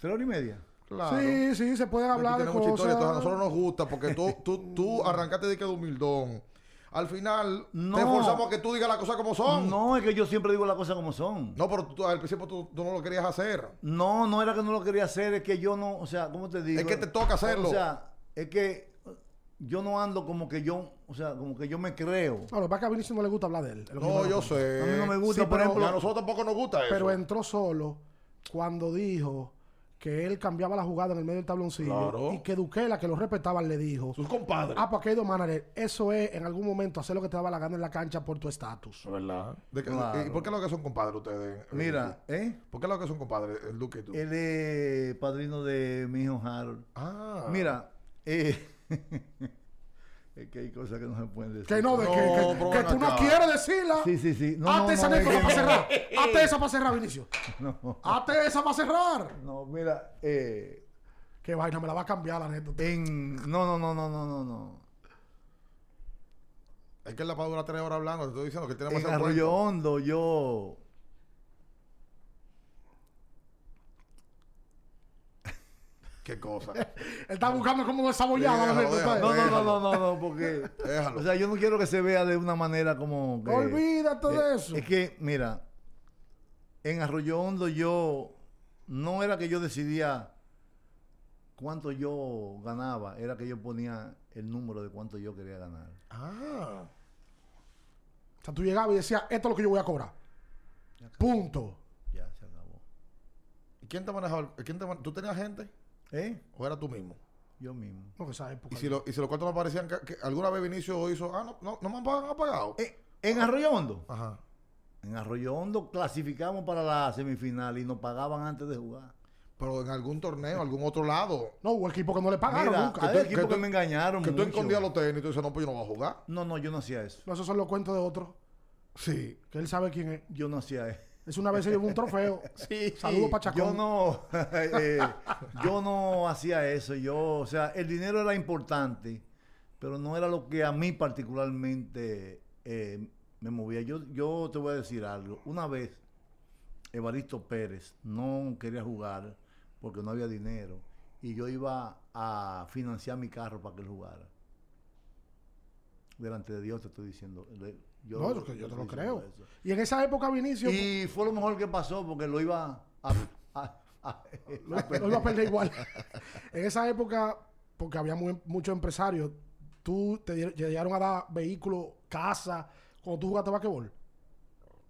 [SPEAKER 1] ¿Tres horas y media?
[SPEAKER 2] Claro.
[SPEAKER 3] Sí, sí, se pueden
[SPEAKER 2] Aquí
[SPEAKER 3] hablar de
[SPEAKER 2] tenemos mucha historia, entonces a
[SPEAKER 3] cosas.
[SPEAKER 2] nosotros nos gusta porque tú, tú, tú arrancaste de que de humildón. Al final,
[SPEAKER 1] No.
[SPEAKER 2] te forzamos a que tú digas las cosas como son.
[SPEAKER 1] No, es que yo siempre digo las cosas como son.
[SPEAKER 2] No, pero tú- al principio tú, tú no lo querías hacer.
[SPEAKER 1] No, no era que no lo quería hacer, es que yo no, o sea, ¿cómo te digo?
[SPEAKER 2] Es que te toca hacerlo.
[SPEAKER 1] O sea, es que yo no ando como que yo, o sea, como que yo me creo.
[SPEAKER 3] No, lo que pasa es que a Vinicius no le gusta hablar de él. es lo que
[SPEAKER 2] No,
[SPEAKER 3] me
[SPEAKER 2] yo
[SPEAKER 3] refiero.
[SPEAKER 2] sé.
[SPEAKER 1] A mí no me gusta,
[SPEAKER 2] Sí,
[SPEAKER 1] por
[SPEAKER 2] pero
[SPEAKER 1] ejemplo-
[SPEAKER 2] A nosotros tampoco nos gusta eso.
[SPEAKER 3] Pero entró solo cuando dijo que él cambiaba la jugada en el medio del tabloncillo
[SPEAKER 2] Claro.
[SPEAKER 3] y que Duquela, que lo respetaban, le dijo,
[SPEAKER 2] Sus compadres.
[SPEAKER 3] ah, pues que hay dos managers. Eso es en algún momento hacer lo que te daba la gana en la cancha por tu estatus.
[SPEAKER 2] ¿Verdad? De que-
[SPEAKER 1] Claro.
[SPEAKER 2] ¿Y por qué lo que son compadres ustedes?
[SPEAKER 1] Mira, ¿eh?
[SPEAKER 2] ¿Por qué lo que son compadres, el Duque y tú?
[SPEAKER 1] Él es padrino de mi hijo Harold.
[SPEAKER 2] Ah.
[SPEAKER 1] Mira, eh, es que hay cosas que no se pueden decir.
[SPEAKER 3] Que no, Ah, de
[SPEAKER 2] No,
[SPEAKER 3] que, que-
[SPEAKER 2] pero
[SPEAKER 3] que
[SPEAKER 2] ven
[SPEAKER 3] tú no
[SPEAKER 2] acá.
[SPEAKER 3] quieres decirla.
[SPEAKER 1] Sí, sí, sí. No,
[SPEAKER 3] Hazte
[SPEAKER 1] no,
[SPEAKER 3] esa
[SPEAKER 1] no, es
[SPEAKER 3] anécdota
[SPEAKER 1] que-
[SPEAKER 3] para cerrar. Hazte esa para cerrar, Vinicio. Hazte esa para cerrar.
[SPEAKER 1] No, mira, eh,
[SPEAKER 3] Qué vaina, me la va a cambiar la anécdota.
[SPEAKER 1] en... No, no, no, no, no, no, no.
[SPEAKER 2] Es que él la va a durar tres horas hablando. Te estoy diciendo que tenemos
[SPEAKER 1] En Arroyo Hondo yo...
[SPEAKER 2] Qué cosa.
[SPEAKER 3] Él está buscando cómo desabollar la
[SPEAKER 2] Déjalo,
[SPEAKER 3] anécdota.
[SPEAKER 2] déjalo.
[SPEAKER 1] No, no, no, no, no, no, porque...
[SPEAKER 2] Déjalo.
[SPEAKER 1] O sea, yo no quiero que se vea de una manera como... que-
[SPEAKER 3] Olvídate de
[SPEAKER 1] Eh,
[SPEAKER 3] eso.
[SPEAKER 1] Es que, mira, en Arroyo Hondo yo no era que yo decidía cuánto yo ganaba era que yo ponía el número de cuánto yo quería ganar.
[SPEAKER 2] Ah.
[SPEAKER 3] O sea, tú llegabas y decías, esto es lo que yo voy a cobrar. Punto.
[SPEAKER 1] Ya se acabó.
[SPEAKER 2] ¿Y quién te manejaba? el- ¿Quién te man- ¿Tú tenías gente
[SPEAKER 1] ¿Eh?
[SPEAKER 2] o era tú mismo?
[SPEAKER 1] Yo mismo.
[SPEAKER 3] No, que esa época.
[SPEAKER 2] Y si, lo, y si los cuartos no aparecían, que, que alguna vez Vinicio hizo, ah, no, no, no me han pagado. han pagado.
[SPEAKER 1] Eh, en Arroyo Hondo.
[SPEAKER 2] Ajá.
[SPEAKER 1] En Arroyo Hondo clasificamos para la semifinal y nos pagaban antes de jugar.
[SPEAKER 2] Pero en algún torneo, algún otro lado,
[SPEAKER 3] No, hubo equipo que no le pagaron
[SPEAKER 1] Mira,
[SPEAKER 3] nunca.
[SPEAKER 1] había
[SPEAKER 2] Ah, que tú-
[SPEAKER 1] equipos
[SPEAKER 2] que
[SPEAKER 1] que,
[SPEAKER 2] tú-
[SPEAKER 1] me engañaron.
[SPEAKER 2] que tú
[SPEAKER 1] mucho.
[SPEAKER 2] escondías los tenis y tú dices, no, pues yo no voy a jugar.
[SPEAKER 1] No, no, yo no hacía eso.
[SPEAKER 3] No, esos son los cuentos de otro.
[SPEAKER 2] Sí.
[SPEAKER 3] Que él sabe quién es.
[SPEAKER 1] Yo no hacía eso.
[SPEAKER 3] Es una vez se llevó un trofeo.
[SPEAKER 2] Sí.
[SPEAKER 3] Saludos para
[SPEAKER 1] Yo
[SPEAKER 3] Chacón.
[SPEAKER 1] no, eh, yo no hacía eso. Yo, o sea, el dinero era importante, pero no era lo que a mí particularmente eh, me movía. Yo, yo te voy a decir algo. Una vez, Evaristo Pérez no quería jugar porque no había dinero y yo iba a financiar mi carro para que él jugara. Delante de Dios te estoy diciendo. le-
[SPEAKER 3] no, eso que yo te
[SPEAKER 1] estoy
[SPEAKER 3] lo
[SPEAKER 1] diciendo
[SPEAKER 3] creo.
[SPEAKER 1] eso.
[SPEAKER 3] Y en esa época, Vinicio,
[SPEAKER 1] Y fue lo mejor que pasó porque lo iba a. a- a-
[SPEAKER 3] lo, lo iba a perder igual. en esa época, porque había muy- muchos empresarios, tú te, dieron- te llegaron a dar vehículos, casa, cuando tú jugaste basquetbol.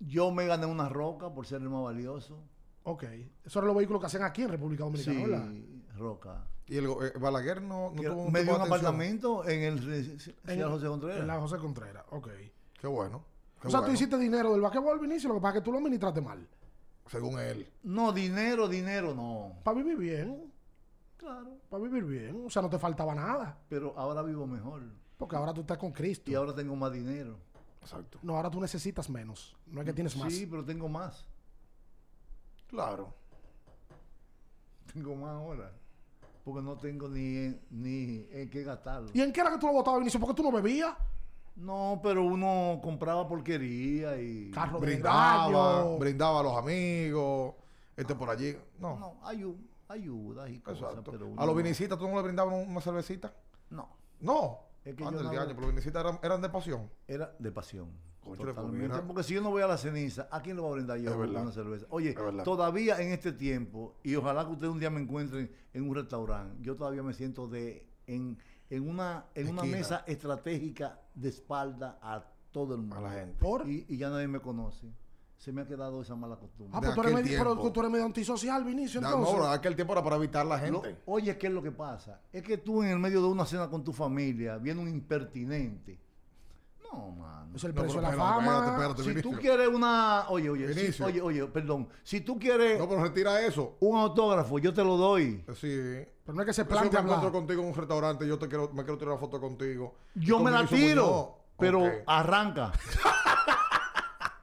[SPEAKER 1] yo me gané una roca por ser el más valioso.
[SPEAKER 3] Ok. Esos eran los vehículos que hacen aquí en República Dominicana,
[SPEAKER 1] Sí,
[SPEAKER 3] ¿verdad?
[SPEAKER 1] roca.
[SPEAKER 2] Y el go- eh, Balaguer no, no
[SPEAKER 1] Que
[SPEAKER 2] tuvo
[SPEAKER 1] me
[SPEAKER 2] tipo
[SPEAKER 1] dio
[SPEAKER 2] de
[SPEAKER 1] un
[SPEAKER 2] atención.
[SPEAKER 1] apartamento en el re- Ciudad José
[SPEAKER 3] En la
[SPEAKER 1] Contreras.
[SPEAKER 3] José Contreras, ok.
[SPEAKER 2] Eh. Qué bueno. qué
[SPEAKER 3] o sea, tú
[SPEAKER 2] bueno,
[SPEAKER 3] hiciste dinero del basquetbol, Vinicio, lo que pasa es que tú lo administraste mal.
[SPEAKER 2] Según él.
[SPEAKER 1] No, dinero, dinero, no.
[SPEAKER 3] Para vivir bien,
[SPEAKER 1] Claro.
[SPEAKER 3] para vivir bien. O sea, no te faltaba nada.
[SPEAKER 1] Pero ahora vivo mejor.
[SPEAKER 3] Porque ahora tú estás con Cristo.
[SPEAKER 1] Y ahora tengo más dinero.
[SPEAKER 2] Exacto.
[SPEAKER 3] No, ahora tú necesitas menos. No es que tienes más.
[SPEAKER 1] Sí, pero tengo más.
[SPEAKER 2] Claro.
[SPEAKER 1] Tengo más ahora. Porque no tengo ni, ni en qué gastarlo.
[SPEAKER 3] ¿Y en qué era que tú lo votabas, Vinicio? Porque tú no bebías. Ah,
[SPEAKER 1] No, pero uno compraba porquería y.
[SPEAKER 3] Carro de
[SPEAKER 2] Brindaba,
[SPEAKER 3] engaño.
[SPEAKER 2] brindaba a los amigos, este por allí. No.
[SPEAKER 1] No, ayu- ayuda y cosas.
[SPEAKER 2] Exacto.
[SPEAKER 1] Pero
[SPEAKER 2] a
[SPEAKER 1] uno
[SPEAKER 2] los
[SPEAKER 1] no-
[SPEAKER 2] vinicistas tú no le brindabas un- una cervecita.
[SPEAKER 1] No,
[SPEAKER 2] No.
[SPEAKER 1] Es que yo
[SPEAKER 2] Anda el
[SPEAKER 1] no-
[SPEAKER 2] diaño, pero los vinicistas eran, eran de pasión.
[SPEAKER 1] era de pasión.
[SPEAKER 2] Concho,
[SPEAKER 1] totalmente.
[SPEAKER 2] mira.
[SPEAKER 1] Porque si yo no voy a la ceniza, ¿a quién le voy a brindar yo
[SPEAKER 2] Es verdad.
[SPEAKER 1] una cerveza? Oye,
[SPEAKER 2] Es verdad.
[SPEAKER 1] todavía en este tiempo, y ojalá que ustedes un día me encuentren en un restaurante, yo todavía me siento de en, en una, en una
[SPEAKER 2] Esquina.
[SPEAKER 1] mesa estratégica de espalda a todo el mundo.
[SPEAKER 2] A la gente.
[SPEAKER 3] Por.
[SPEAKER 1] Y, y ya nadie me conoce. Se me ha quedado esa mala costumbre.
[SPEAKER 3] Ah,
[SPEAKER 2] de
[SPEAKER 3] pues tú eres,
[SPEAKER 2] aquel
[SPEAKER 3] medio, pero
[SPEAKER 2] tiempo.
[SPEAKER 3] tú eres medio antisocial, Vinicio,
[SPEAKER 2] Ya,
[SPEAKER 3] entonces.
[SPEAKER 2] no, bro, aquel tiempo era para evitar la
[SPEAKER 1] Lo-
[SPEAKER 2] gente.
[SPEAKER 1] oye, ¿qué es lo que pasa? Es que tú en el medio de una cena con tu familia viene un impertinente. No, mano.
[SPEAKER 3] es el
[SPEAKER 2] No,
[SPEAKER 3] precio
[SPEAKER 2] pero
[SPEAKER 3] de la
[SPEAKER 2] espérate,
[SPEAKER 3] fama.
[SPEAKER 2] espérate, espérate.
[SPEAKER 1] Si tú
[SPEAKER 2] Vinicio.
[SPEAKER 1] quieres una... Oye, oye, si-
[SPEAKER 2] Vinicio.
[SPEAKER 1] oye, oye, perdón. Si tú quieres
[SPEAKER 2] No, pero retira eso.
[SPEAKER 1] un autógrafo, yo te lo doy.
[SPEAKER 2] Eh, Sí.
[SPEAKER 3] Pero no es que se
[SPEAKER 2] Yo si me
[SPEAKER 3] plantea
[SPEAKER 2] encuentro
[SPEAKER 3] hablar.
[SPEAKER 2] contigo en un restaurante, yo te quiero, me quiero tirar una foto contigo.
[SPEAKER 1] Yo
[SPEAKER 2] Con
[SPEAKER 1] me la
[SPEAKER 2] Vinicio
[SPEAKER 1] tiro,
[SPEAKER 2] Muñoz.
[SPEAKER 1] pero
[SPEAKER 2] Ok.
[SPEAKER 1] arranca.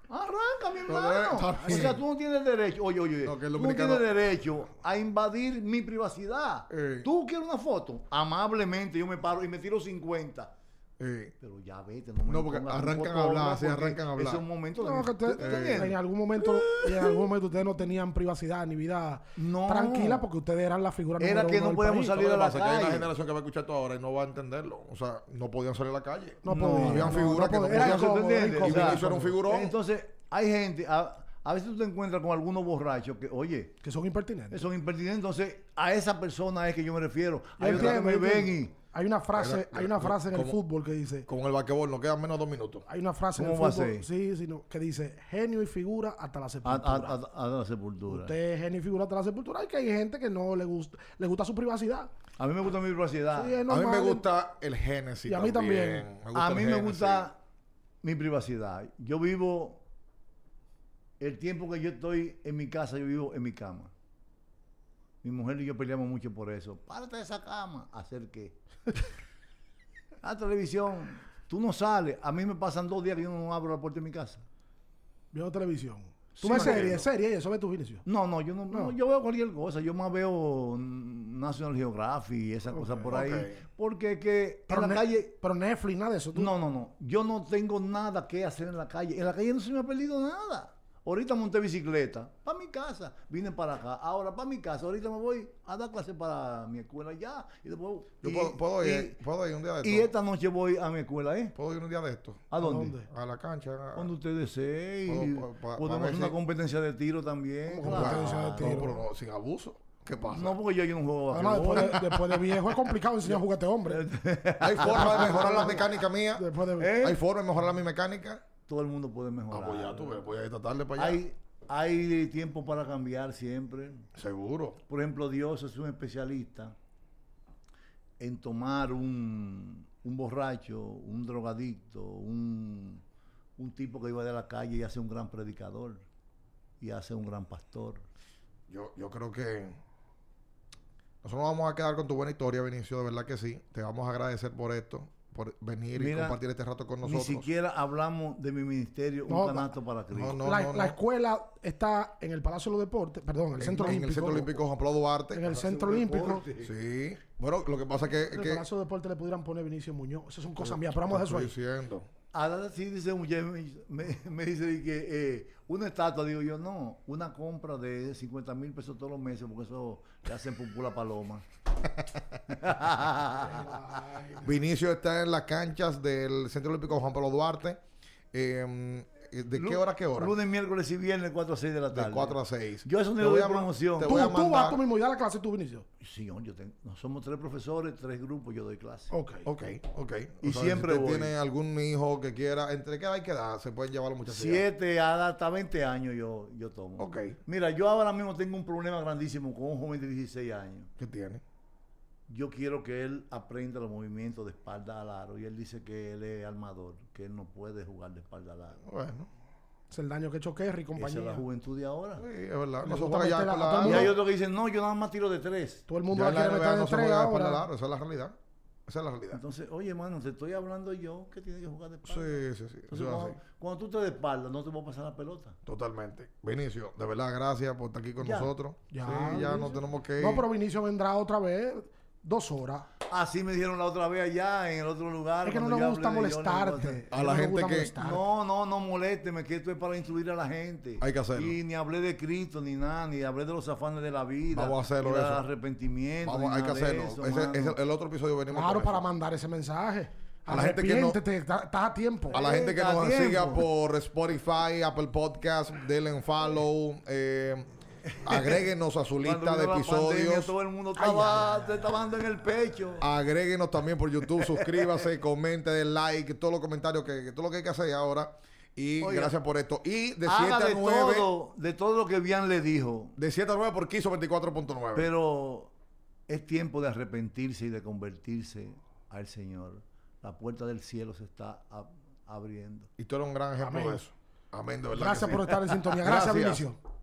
[SPEAKER 1] arranca, mi
[SPEAKER 2] Pero, eh,
[SPEAKER 1] hermano.
[SPEAKER 2] está
[SPEAKER 1] O sea,
[SPEAKER 2] bien.
[SPEAKER 1] tú no tienes derecho... Oye, oye,
[SPEAKER 2] No, que el
[SPEAKER 1] tú no
[SPEAKER 2] dominicano-
[SPEAKER 1] tienes derecho a invadir mi privacidad.
[SPEAKER 2] Eh.
[SPEAKER 1] Tú quieres una foto, amablemente yo me paro y me tiro 50.
[SPEAKER 2] Eh,
[SPEAKER 1] Pero ya vete, no me
[SPEAKER 2] No, porque
[SPEAKER 1] impongas un
[SPEAKER 2] arrancan a
[SPEAKER 1] fotógrafo,
[SPEAKER 2] hablar, sí,
[SPEAKER 1] porque
[SPEAKER 2] arrancan a hablar.
[SPEAKER 1] Ese es un momento de-
[SPEAKER 3] No, que
[SPEAKER 1] ¿Tú-
[SPEAKER 3] usted-
[SPEAKER 1] tú entiendes?
[SPEAKER 3] en algún momento, en algún momento ustedes no tenían privacidad ni vida
[SPEAKER 1] No.
[SPEAKER 3] tranquila porque ustedes eran la figura
[SPEAKER 1] Era
[SPEAKER 3] número
[SPEAKER 1] que
[SPEAKER 3] uno
[SPEAKER 1] no
[SPEAKER 3] del
[SPEAKER 1] podíamos
[SPEAKER 3] país.
[SPEAKER 1] salir
[SPEAKER 2] ¿sabes
[SPEAKER 1] a
[SPEAKER 2] lo que
[SPEAKER 1] la
[SPEAKER 2] pasa? Que hay una
[SPEAKER 1] calle.
[SPEAKER 2] generación que va a escuchar esto ahora y no va a entenderlo. O sea, no podían salir a la calle.
[SPEAKER 3] No,
[SPEAKER 1] No,
[SPEAKER 3] podían,
[SPEAKER 2] habían
[SPEAKER 3] no,
[SPEAKER 2] figuras que no
[SPEAKER 3] podían. Era
[SPEAKER 2] podían, ¿tú
[SPEAKER 3] incómodo, era
[SPEAKER 2] entiendes?
[SPEAKER 3] incómodo.
[SPEAKER 2] Y Vinicio era un figurón.
[SPEAKER 1] Entonces, hay gente, a, a veces tú te encuentras con algunos borrachos que, oye,
[SPEAKER 3] Que son impertinentes.
[SPEAKER 1] son impertinentes, entonces a esa persona es que yo me refiero.
[SPEAKER 3] Yo
[SPEAKER 1] Hay otros que
[SPEAKER 3] entiendo,
[SPEAKER 1] me
[SPEAKER 3] yo
[SPEAKER 1] ven
[SPEAKER 3] entiendo.
[SPEAKER 1] y
[SPEAKER 3] Hay una frase,
[SPEAKER 2] Era-
[SPEAKER 3] hay una
[SPEAKER 2] era-
[SPEAKER 3] frase en el
[SPEAKER 2] ¿cómo?
[SPEAKER 3] fútbol que dice,
[SPEAKER 2] Con el vaquebol nos quedan menos de dos minutos.
[SPEAKER 3] hay una frase en el
[SPEAKER 1] ¿Cómo va a
[SPEAKER 3] fútbol,
[SPEAKER 1] ser?
[SPEAKER 3] sí, sí, no, que dice, genio y figura hasta la
[SPEAKER 1] a,
[SPEAKER 3] sepultura.
[SPEAKER 1] a- a- a la sepultura.
[SPEAKER 3] Usted es genio y figura hasta la sepultura y que hay gente que no le gusta, le gusta su privacidad.
[SPEAKER 1] A mí me gusta mi privacidad.
[SPEAKER 3] Sí, es
[SPEAKER 2] a mí me
[SPEAKER 3] normal.
[SPEAKER 2] gusta el Génesis.
[SPEAKER 3] Y a mí también.
[SPEAKER 2] gusta
[SPEAKER 1] a
[SPEAKER 2] el
[SPEAKER 1] mí me
[SPEAKER 2] Génesis.
[SPEAKER 1] gusta mi privacidad. Yo vivo el tiempo que yo estoy en mi casa, yo vivo en mi cama. Mi mujer y yo peleamos mucho por eso. Párate de esa cama. ¿Hacer qué? la televisión. Tú no sales. A mí me pasan dos días que yo no abro la puerta de mi casa.
[SPEAKER 3] Viendo televisión.
[SPEAKER 2] Sí,
[SPEAKER 3] Tú ves
[SPEAKER 2] me
[SPEAKER 3] series,
[SPEAKER 2] entiendo.
[SPEAKER 3] series, y eso ves tus inicios.
[SPEAKER 1] No, no, yo no,
[SPEAKER 3] No.
[SPEAKER 1] no, yo veo cualquier cosa. Yo más veo mm, National Geographic y esas cosas por ahí.
[SPEAKER 2] ok.
[SPEAKER 1] Porque es que
[SPEAKER 3] Pero,
[SPEAKER 1] en la
[SPEAKER 3] Ne-
[SPEAKER 1] calle...
[SPEAKER 3] pero Netflix, nada de eso. tú-
[SPEAKER 1] No, no, no. Yo no tengo nada que hacer en la calle. En la calle no se me ha perdido nada. Ahorita monté bicicleta para mi casa. Vine para acá. Ahora para mi casa. Ahorita me voy a dar clase para mi escuela ya. Y después.
[SPEAKER 2] Yo
[SPEAKER 1] y-
[SPEAKER 2] puedo, puedo ir,
[SPEAKER 1] y-
[SPEAKER 2] puedo ir un día de
[SPEAKER 1] Y,
[SPEAKER 2] esto.
[SPEAKER 1] esta noche voy a mi escuela, ¿eh?
[SPEAKER 2] Puedo ir un día de esto.
[SPEAKER 1] ¿A dónde?
[SPEAKER 3] dónde?
[SPEAKER 2] A la cancha. a-
[SPEAKER 1] Cuando usted desee. y
[SPEAKER 2] Puedo- pa- pa- pa
[SPEAKER 1] Podemos
[SPEAKER 2] ver
[SPEAKER 1] hacer una
[SPEAKER 2] si-
[SPEAKER 1] competencia de tiro también.
[SPEAKER 3] ¿Cómo competencia de
[SPEAKER 1] claro.
[SPEAKER 2] Ah,
[SPEAKER 3] tiro?
[SPEAKER 2] No, pero no, sin abuso. ¿Qué pasa?
[SPEAKER 1] No, porque yo, yo no juego
[SPEAKER 3] No, no,
[SPEAKER 1] basquetbol.
[SPEAKER 3] después, de, después de viejo es complicado enseñar a jugar a este hombre.
[SPEAKER 2] ¿Hay forma de mejorar la mecánica mía?
[SPEAKER 3] Después de...
[SPEAKER 1] ¿Eh?
[SPEAKER 2] ¿Hay forma de mejorar mi mecánica?
[SPEAKER 1] Todo el mundo puede
[SPEAKER 2] Ah,
[SPEAKER 1] mejorar.
[SPEAKER 2] pues ya tú ves, voy a ir esta tarde para allá.
[SPEAKER 1] hay, hay tiempo para cambiar siempre.
[SPEAKER 2] Seguro.
[SPEAKER 1] Por ejemplo, Dios es un especialista en tomar un, un borracho, un drogadicto, un, un tipo que iba de la calle y hace un gran predicador y hace un gran pastor.
[SPEAKER 2] Yo, yo creo que nosotros nos vamos a quedar con tu buena historia, Vinicio, de verdad que sí. Te vamos a agradecer por esto, por venir y
[SPEAKER 1] Mira,
[SPEAKER 2] compartir este rato con
[SPEAKER 1] Ni
[SPEAKER 2] nosotros.
[SPEAKER 1] siquiera hablamos de mi ministerio,
[SPEAKER 3] No,
[SPEAKER 1] un canasto para Cristo.
[SPEAKER 2] No, no,
[SPEAKER 3] la,
[SPEAKER 2] no,
[SPEAKER 3] la
[SPEAKER 2] no.
[SPEAKER 3] escuela está en el Palacio de los Deportes, perdón, en el
[SPEAKER 2] En-
[SPEAKER 3] Centro
[SPEAKER 2] en,
[SPEAKER 3] Olímpico.
[SPEAKER 2] el Centro Olímpico Juan Pablo Duarte.
[SPEAKER 3] En el Centro Olímpico.
[SPEAKER 2] Sí. Bueno, lo que pasa es que...
[SPEAKER 3] En el
[SPEAKER 2] que-
[SPEAKER 3] Palacio de Deportes le pudieran poner Vinicio Muñoz. Esas son cosas mías, pero vamos a dejar
[SPEAKER 2] estoy
[SPEAKER 3] eso ahí.
[SPEAKER 2] diciendo.
[SPEAKER 1] Ahora sí dice un James, me, me dice de que eh, una estatua, digo yo, no, una compra de 50 mil pesos todos los meses, porque eso le hacen pupula paloma.
[SPEAKER 2] Vinicio está en las canchas del Centro Olímpico Juan Pablo Duarte. Eh, ¿De qué
[SPEAKER 1] Lu-
[SPEAKER 2] hora a qué hora?
[SPEAKER 1] Lunes, miércoles y viernes, 4 a 6 de la tarde.
[SPEAKER 2] de 4 a 6.
[SPEAKER 1] Yo eso ni
[SPEAKER 2] Te
[SPEAKER 1] lo
[SPEAKER 2] voy
[SPEAKER 1] doy
[SPEAKER 2] a ma-
[SPEAKER 1] promoción.
[SPEAKER 2] Te
[SPEAKER 3] Tú,
[SPEAKER 2] voy a
[SPEAKER 3] tú vas
[SPEAKER 2] mandar...
[SPEAKER 3] tú mismo y da la clase tú, Vinicio.
[SPEAKER 1] Sí, yo tengo, no, somos tres profesores, tres grupos, yo doy clase.
[SPEAKER 3] Ok.
[SPEAKER 2] Ok, ok.
[SPEAKER 1] Y siempre
[SPEAKER 2] si usted
[SPEAKER 1] voy.
[SPEAKER 2] tiene algún hijo que quiera, ¿entre qué edad y qué edad? Se pueden llevar los muchachos.
[SPEAKER 1] Siete a- hasta 20 años yo, yo tomo.
[SPEAKER 2] Ok.
[SPEAKER 1] Mira, yo ahora mismo tengo un problema grandísimo con un joven de 16 años.
[SPEAKER 2] ¿Qué tiene?
[SPEAKER 1] Yo quiero que él aprenda los movimientos de espalda al aro y él dice que él es armador, que él no puede jugar de espalda al aro.
[SPEAKER 2] Bueno,
[SPEAKER 3] Es el daño que ha hecho
[SPEAKER 1] Esa
[SPEAKER 3] Kerry y
[SPEAKER 1] es la
[SPEAKER 3] compañía.
[SPEAKER 1] juventud de ahora.
[SPEAKER 2] sí, es verdad.
[SPEAKER 3] Le
[SPEAKER 2] No se
[SPEAKER 3] gusta
[SPEAKER 2] juega ya
[SPEAKER 3] meter
[SPEAKER 2] con
[SPEAKER 3] la-
[SPEAKER 2] la
[SPEAKER 3] a todo el
[SPEAKER 1] Y
[SPEAKER 3] mundo-
[SPEAKER 2] ala.
[SPEAKER 1] hay otros que dicen, no, yo nada más tiro de tres.
[SPEAKER 3] Todo el
[SPEAKER 2] Ya
[SPEAKER 3] mundo
[SPEAKER 2] en
[SPEAKER 3] la
[SPEAKER 2] la
[SPEAKER 3] quiere
[SPEAKER 2] NBA
[SPEAKER 3] meter
[SPEAKER 2] no
[SPEAKER 3] de
[SPEAKER 2] se
[SPEAKER 3] tres
[SPEAKER 2] juega de espalda al
[SPEAKER 3] ahora.
[SPEAKER 2] aro, Esa es la realidad. Esa es la realidad.
[SPEAKER 1] Entonces, oye, hermano, te estoy hablando yo que tiene que jugar de espalda.
[SPEAKER 2] Sí, sí, sí.
[SPEAKER 1] Entonces,
[SPEAKER 2] eso es
[SPEAKER 1] cuando,
[SPEAKER 2] así.
[SPEAKER 1] cuando tú te de espalda, no te voy a pasar la pelota.
[SPEAKER 2] Totalmente. Vinicio, de verdad, gracias por estar aquí con
[SPEAKER 1] Ya.
[SPEAKER 2] nosotros.
[SPEAKER 3] Ya,
[SPEAKER 2] sí, ya
[SPEAKER 3] Vinicio.
[SPEAKER 2] no tenemos que ir.
[SPEAKER 3] No, pero Vinicio vendrá otra vez dos horas.
[SPEAKER 1] Así me dijeron la otra vez allá, en el otro lugar.
[SPEAKER 3] Es que no
[SPEAKER 1] cuando
[SPEAKER 3] le
[SPEAKER 1] yo
[SPEAKER 3] gusta
[SPEAKER 1] hablé de Johnny
[SPEAKER 3] molestarte.
[SPEAKER 2] A la
[SPEAKER 3] No le
[SPEAKER 2] gente
[SPEAKER 3] gusta
[SPEAKER 2] que-
[SPEAKER 1] Walker.
[SPEAKER 3] molestarte.
[SPEAKER 1] No, no, no molésteme, que esto es para instruir a la gente.
[SPEAKER 2] Hay que hacerlo.
[SPEAKER 1] Y ni hablé de Cristo, ni nada, ni hablé de los afanes de la vida.
[SPEAKER 2] Vamos a hacerlo
[SPEAKER 1] ni del
[SPEAKER 2] eso.
[SPEAKER 1] arrepentimiento.
[SPEAKER 2] Vamos,
[SPEAKER 1] ni
[SPEAKER 2] hay que
[SPEAKER 1] nada de
[SPEAKER 2] hacerlo.
[SPEAKER 1] eso,
[SPEAKER 2] Ese-
[SPEAKER 1] mano.
[SPEAKER 2] ese- el otro episodio venimos
[SPEAKER 3] Claro,
[SPEAKER 2] con
[SPEAKER 3] para
[SPEAKER 2] eso.
[SPEAKER 3] mandar ese mensaje.
[SPEAKER 2] A la gente que no-
[SPEAKER 3] Arrepiéntete, está- estás a tiempo.
[SPEAKER 2] A la gente que nos
[SPEAKER 1] Venga, tiempo.
[SPEAKER 2] siga por Spotify, Apple Podcast, denle en follow, eh, agréguenos a su
[SPEAKER 1] Cuando
[SPEAKER 2] lista de
[SPEAKER 1] vino la pandemia,
[SPEAKER 2] episodios. Ah,
[SPEAKER 1] todo el mundo estaba, te estaba dando en el pecho.
[SPEAKER 2] Agréguenos también por YouTube, suscríbase, comente, den like, todos los comentarios, que, que todo lo que hay que hacer ahora. Y
[SPEAKER 1] Oiga,
[SPEAKER 2] gracias por esto. Y de 7
[SPEAKER 1] Haga
[SPEAKER 2] a
[SPEAKER 1] de
[SPEAKER 2] 9,
[SPEAKER 1] todo, de todo lo que Bian le dijo.
[SPEAKER 2] de 7 a 9 por Kiso 24.9.
[SPEAKER 1] Pero es tiempo de arrepentirse y de convertirse al Señor. La puerta del cielo se está ab- abriendo.
[SPEAKER 2] y tú eres un gran ejemplo
[SPEAKER 3] Amén.
[SPEAKER 2] de eso. Amén, de verdad. que
[SPEAKER 3] Gracias
[SPEAKER 2] sí.
[SPEAKER 3] por estar en sintonía. Gracias,
[SPEAKER 2] Gracias.
[SPEAKER 3] Vinicio.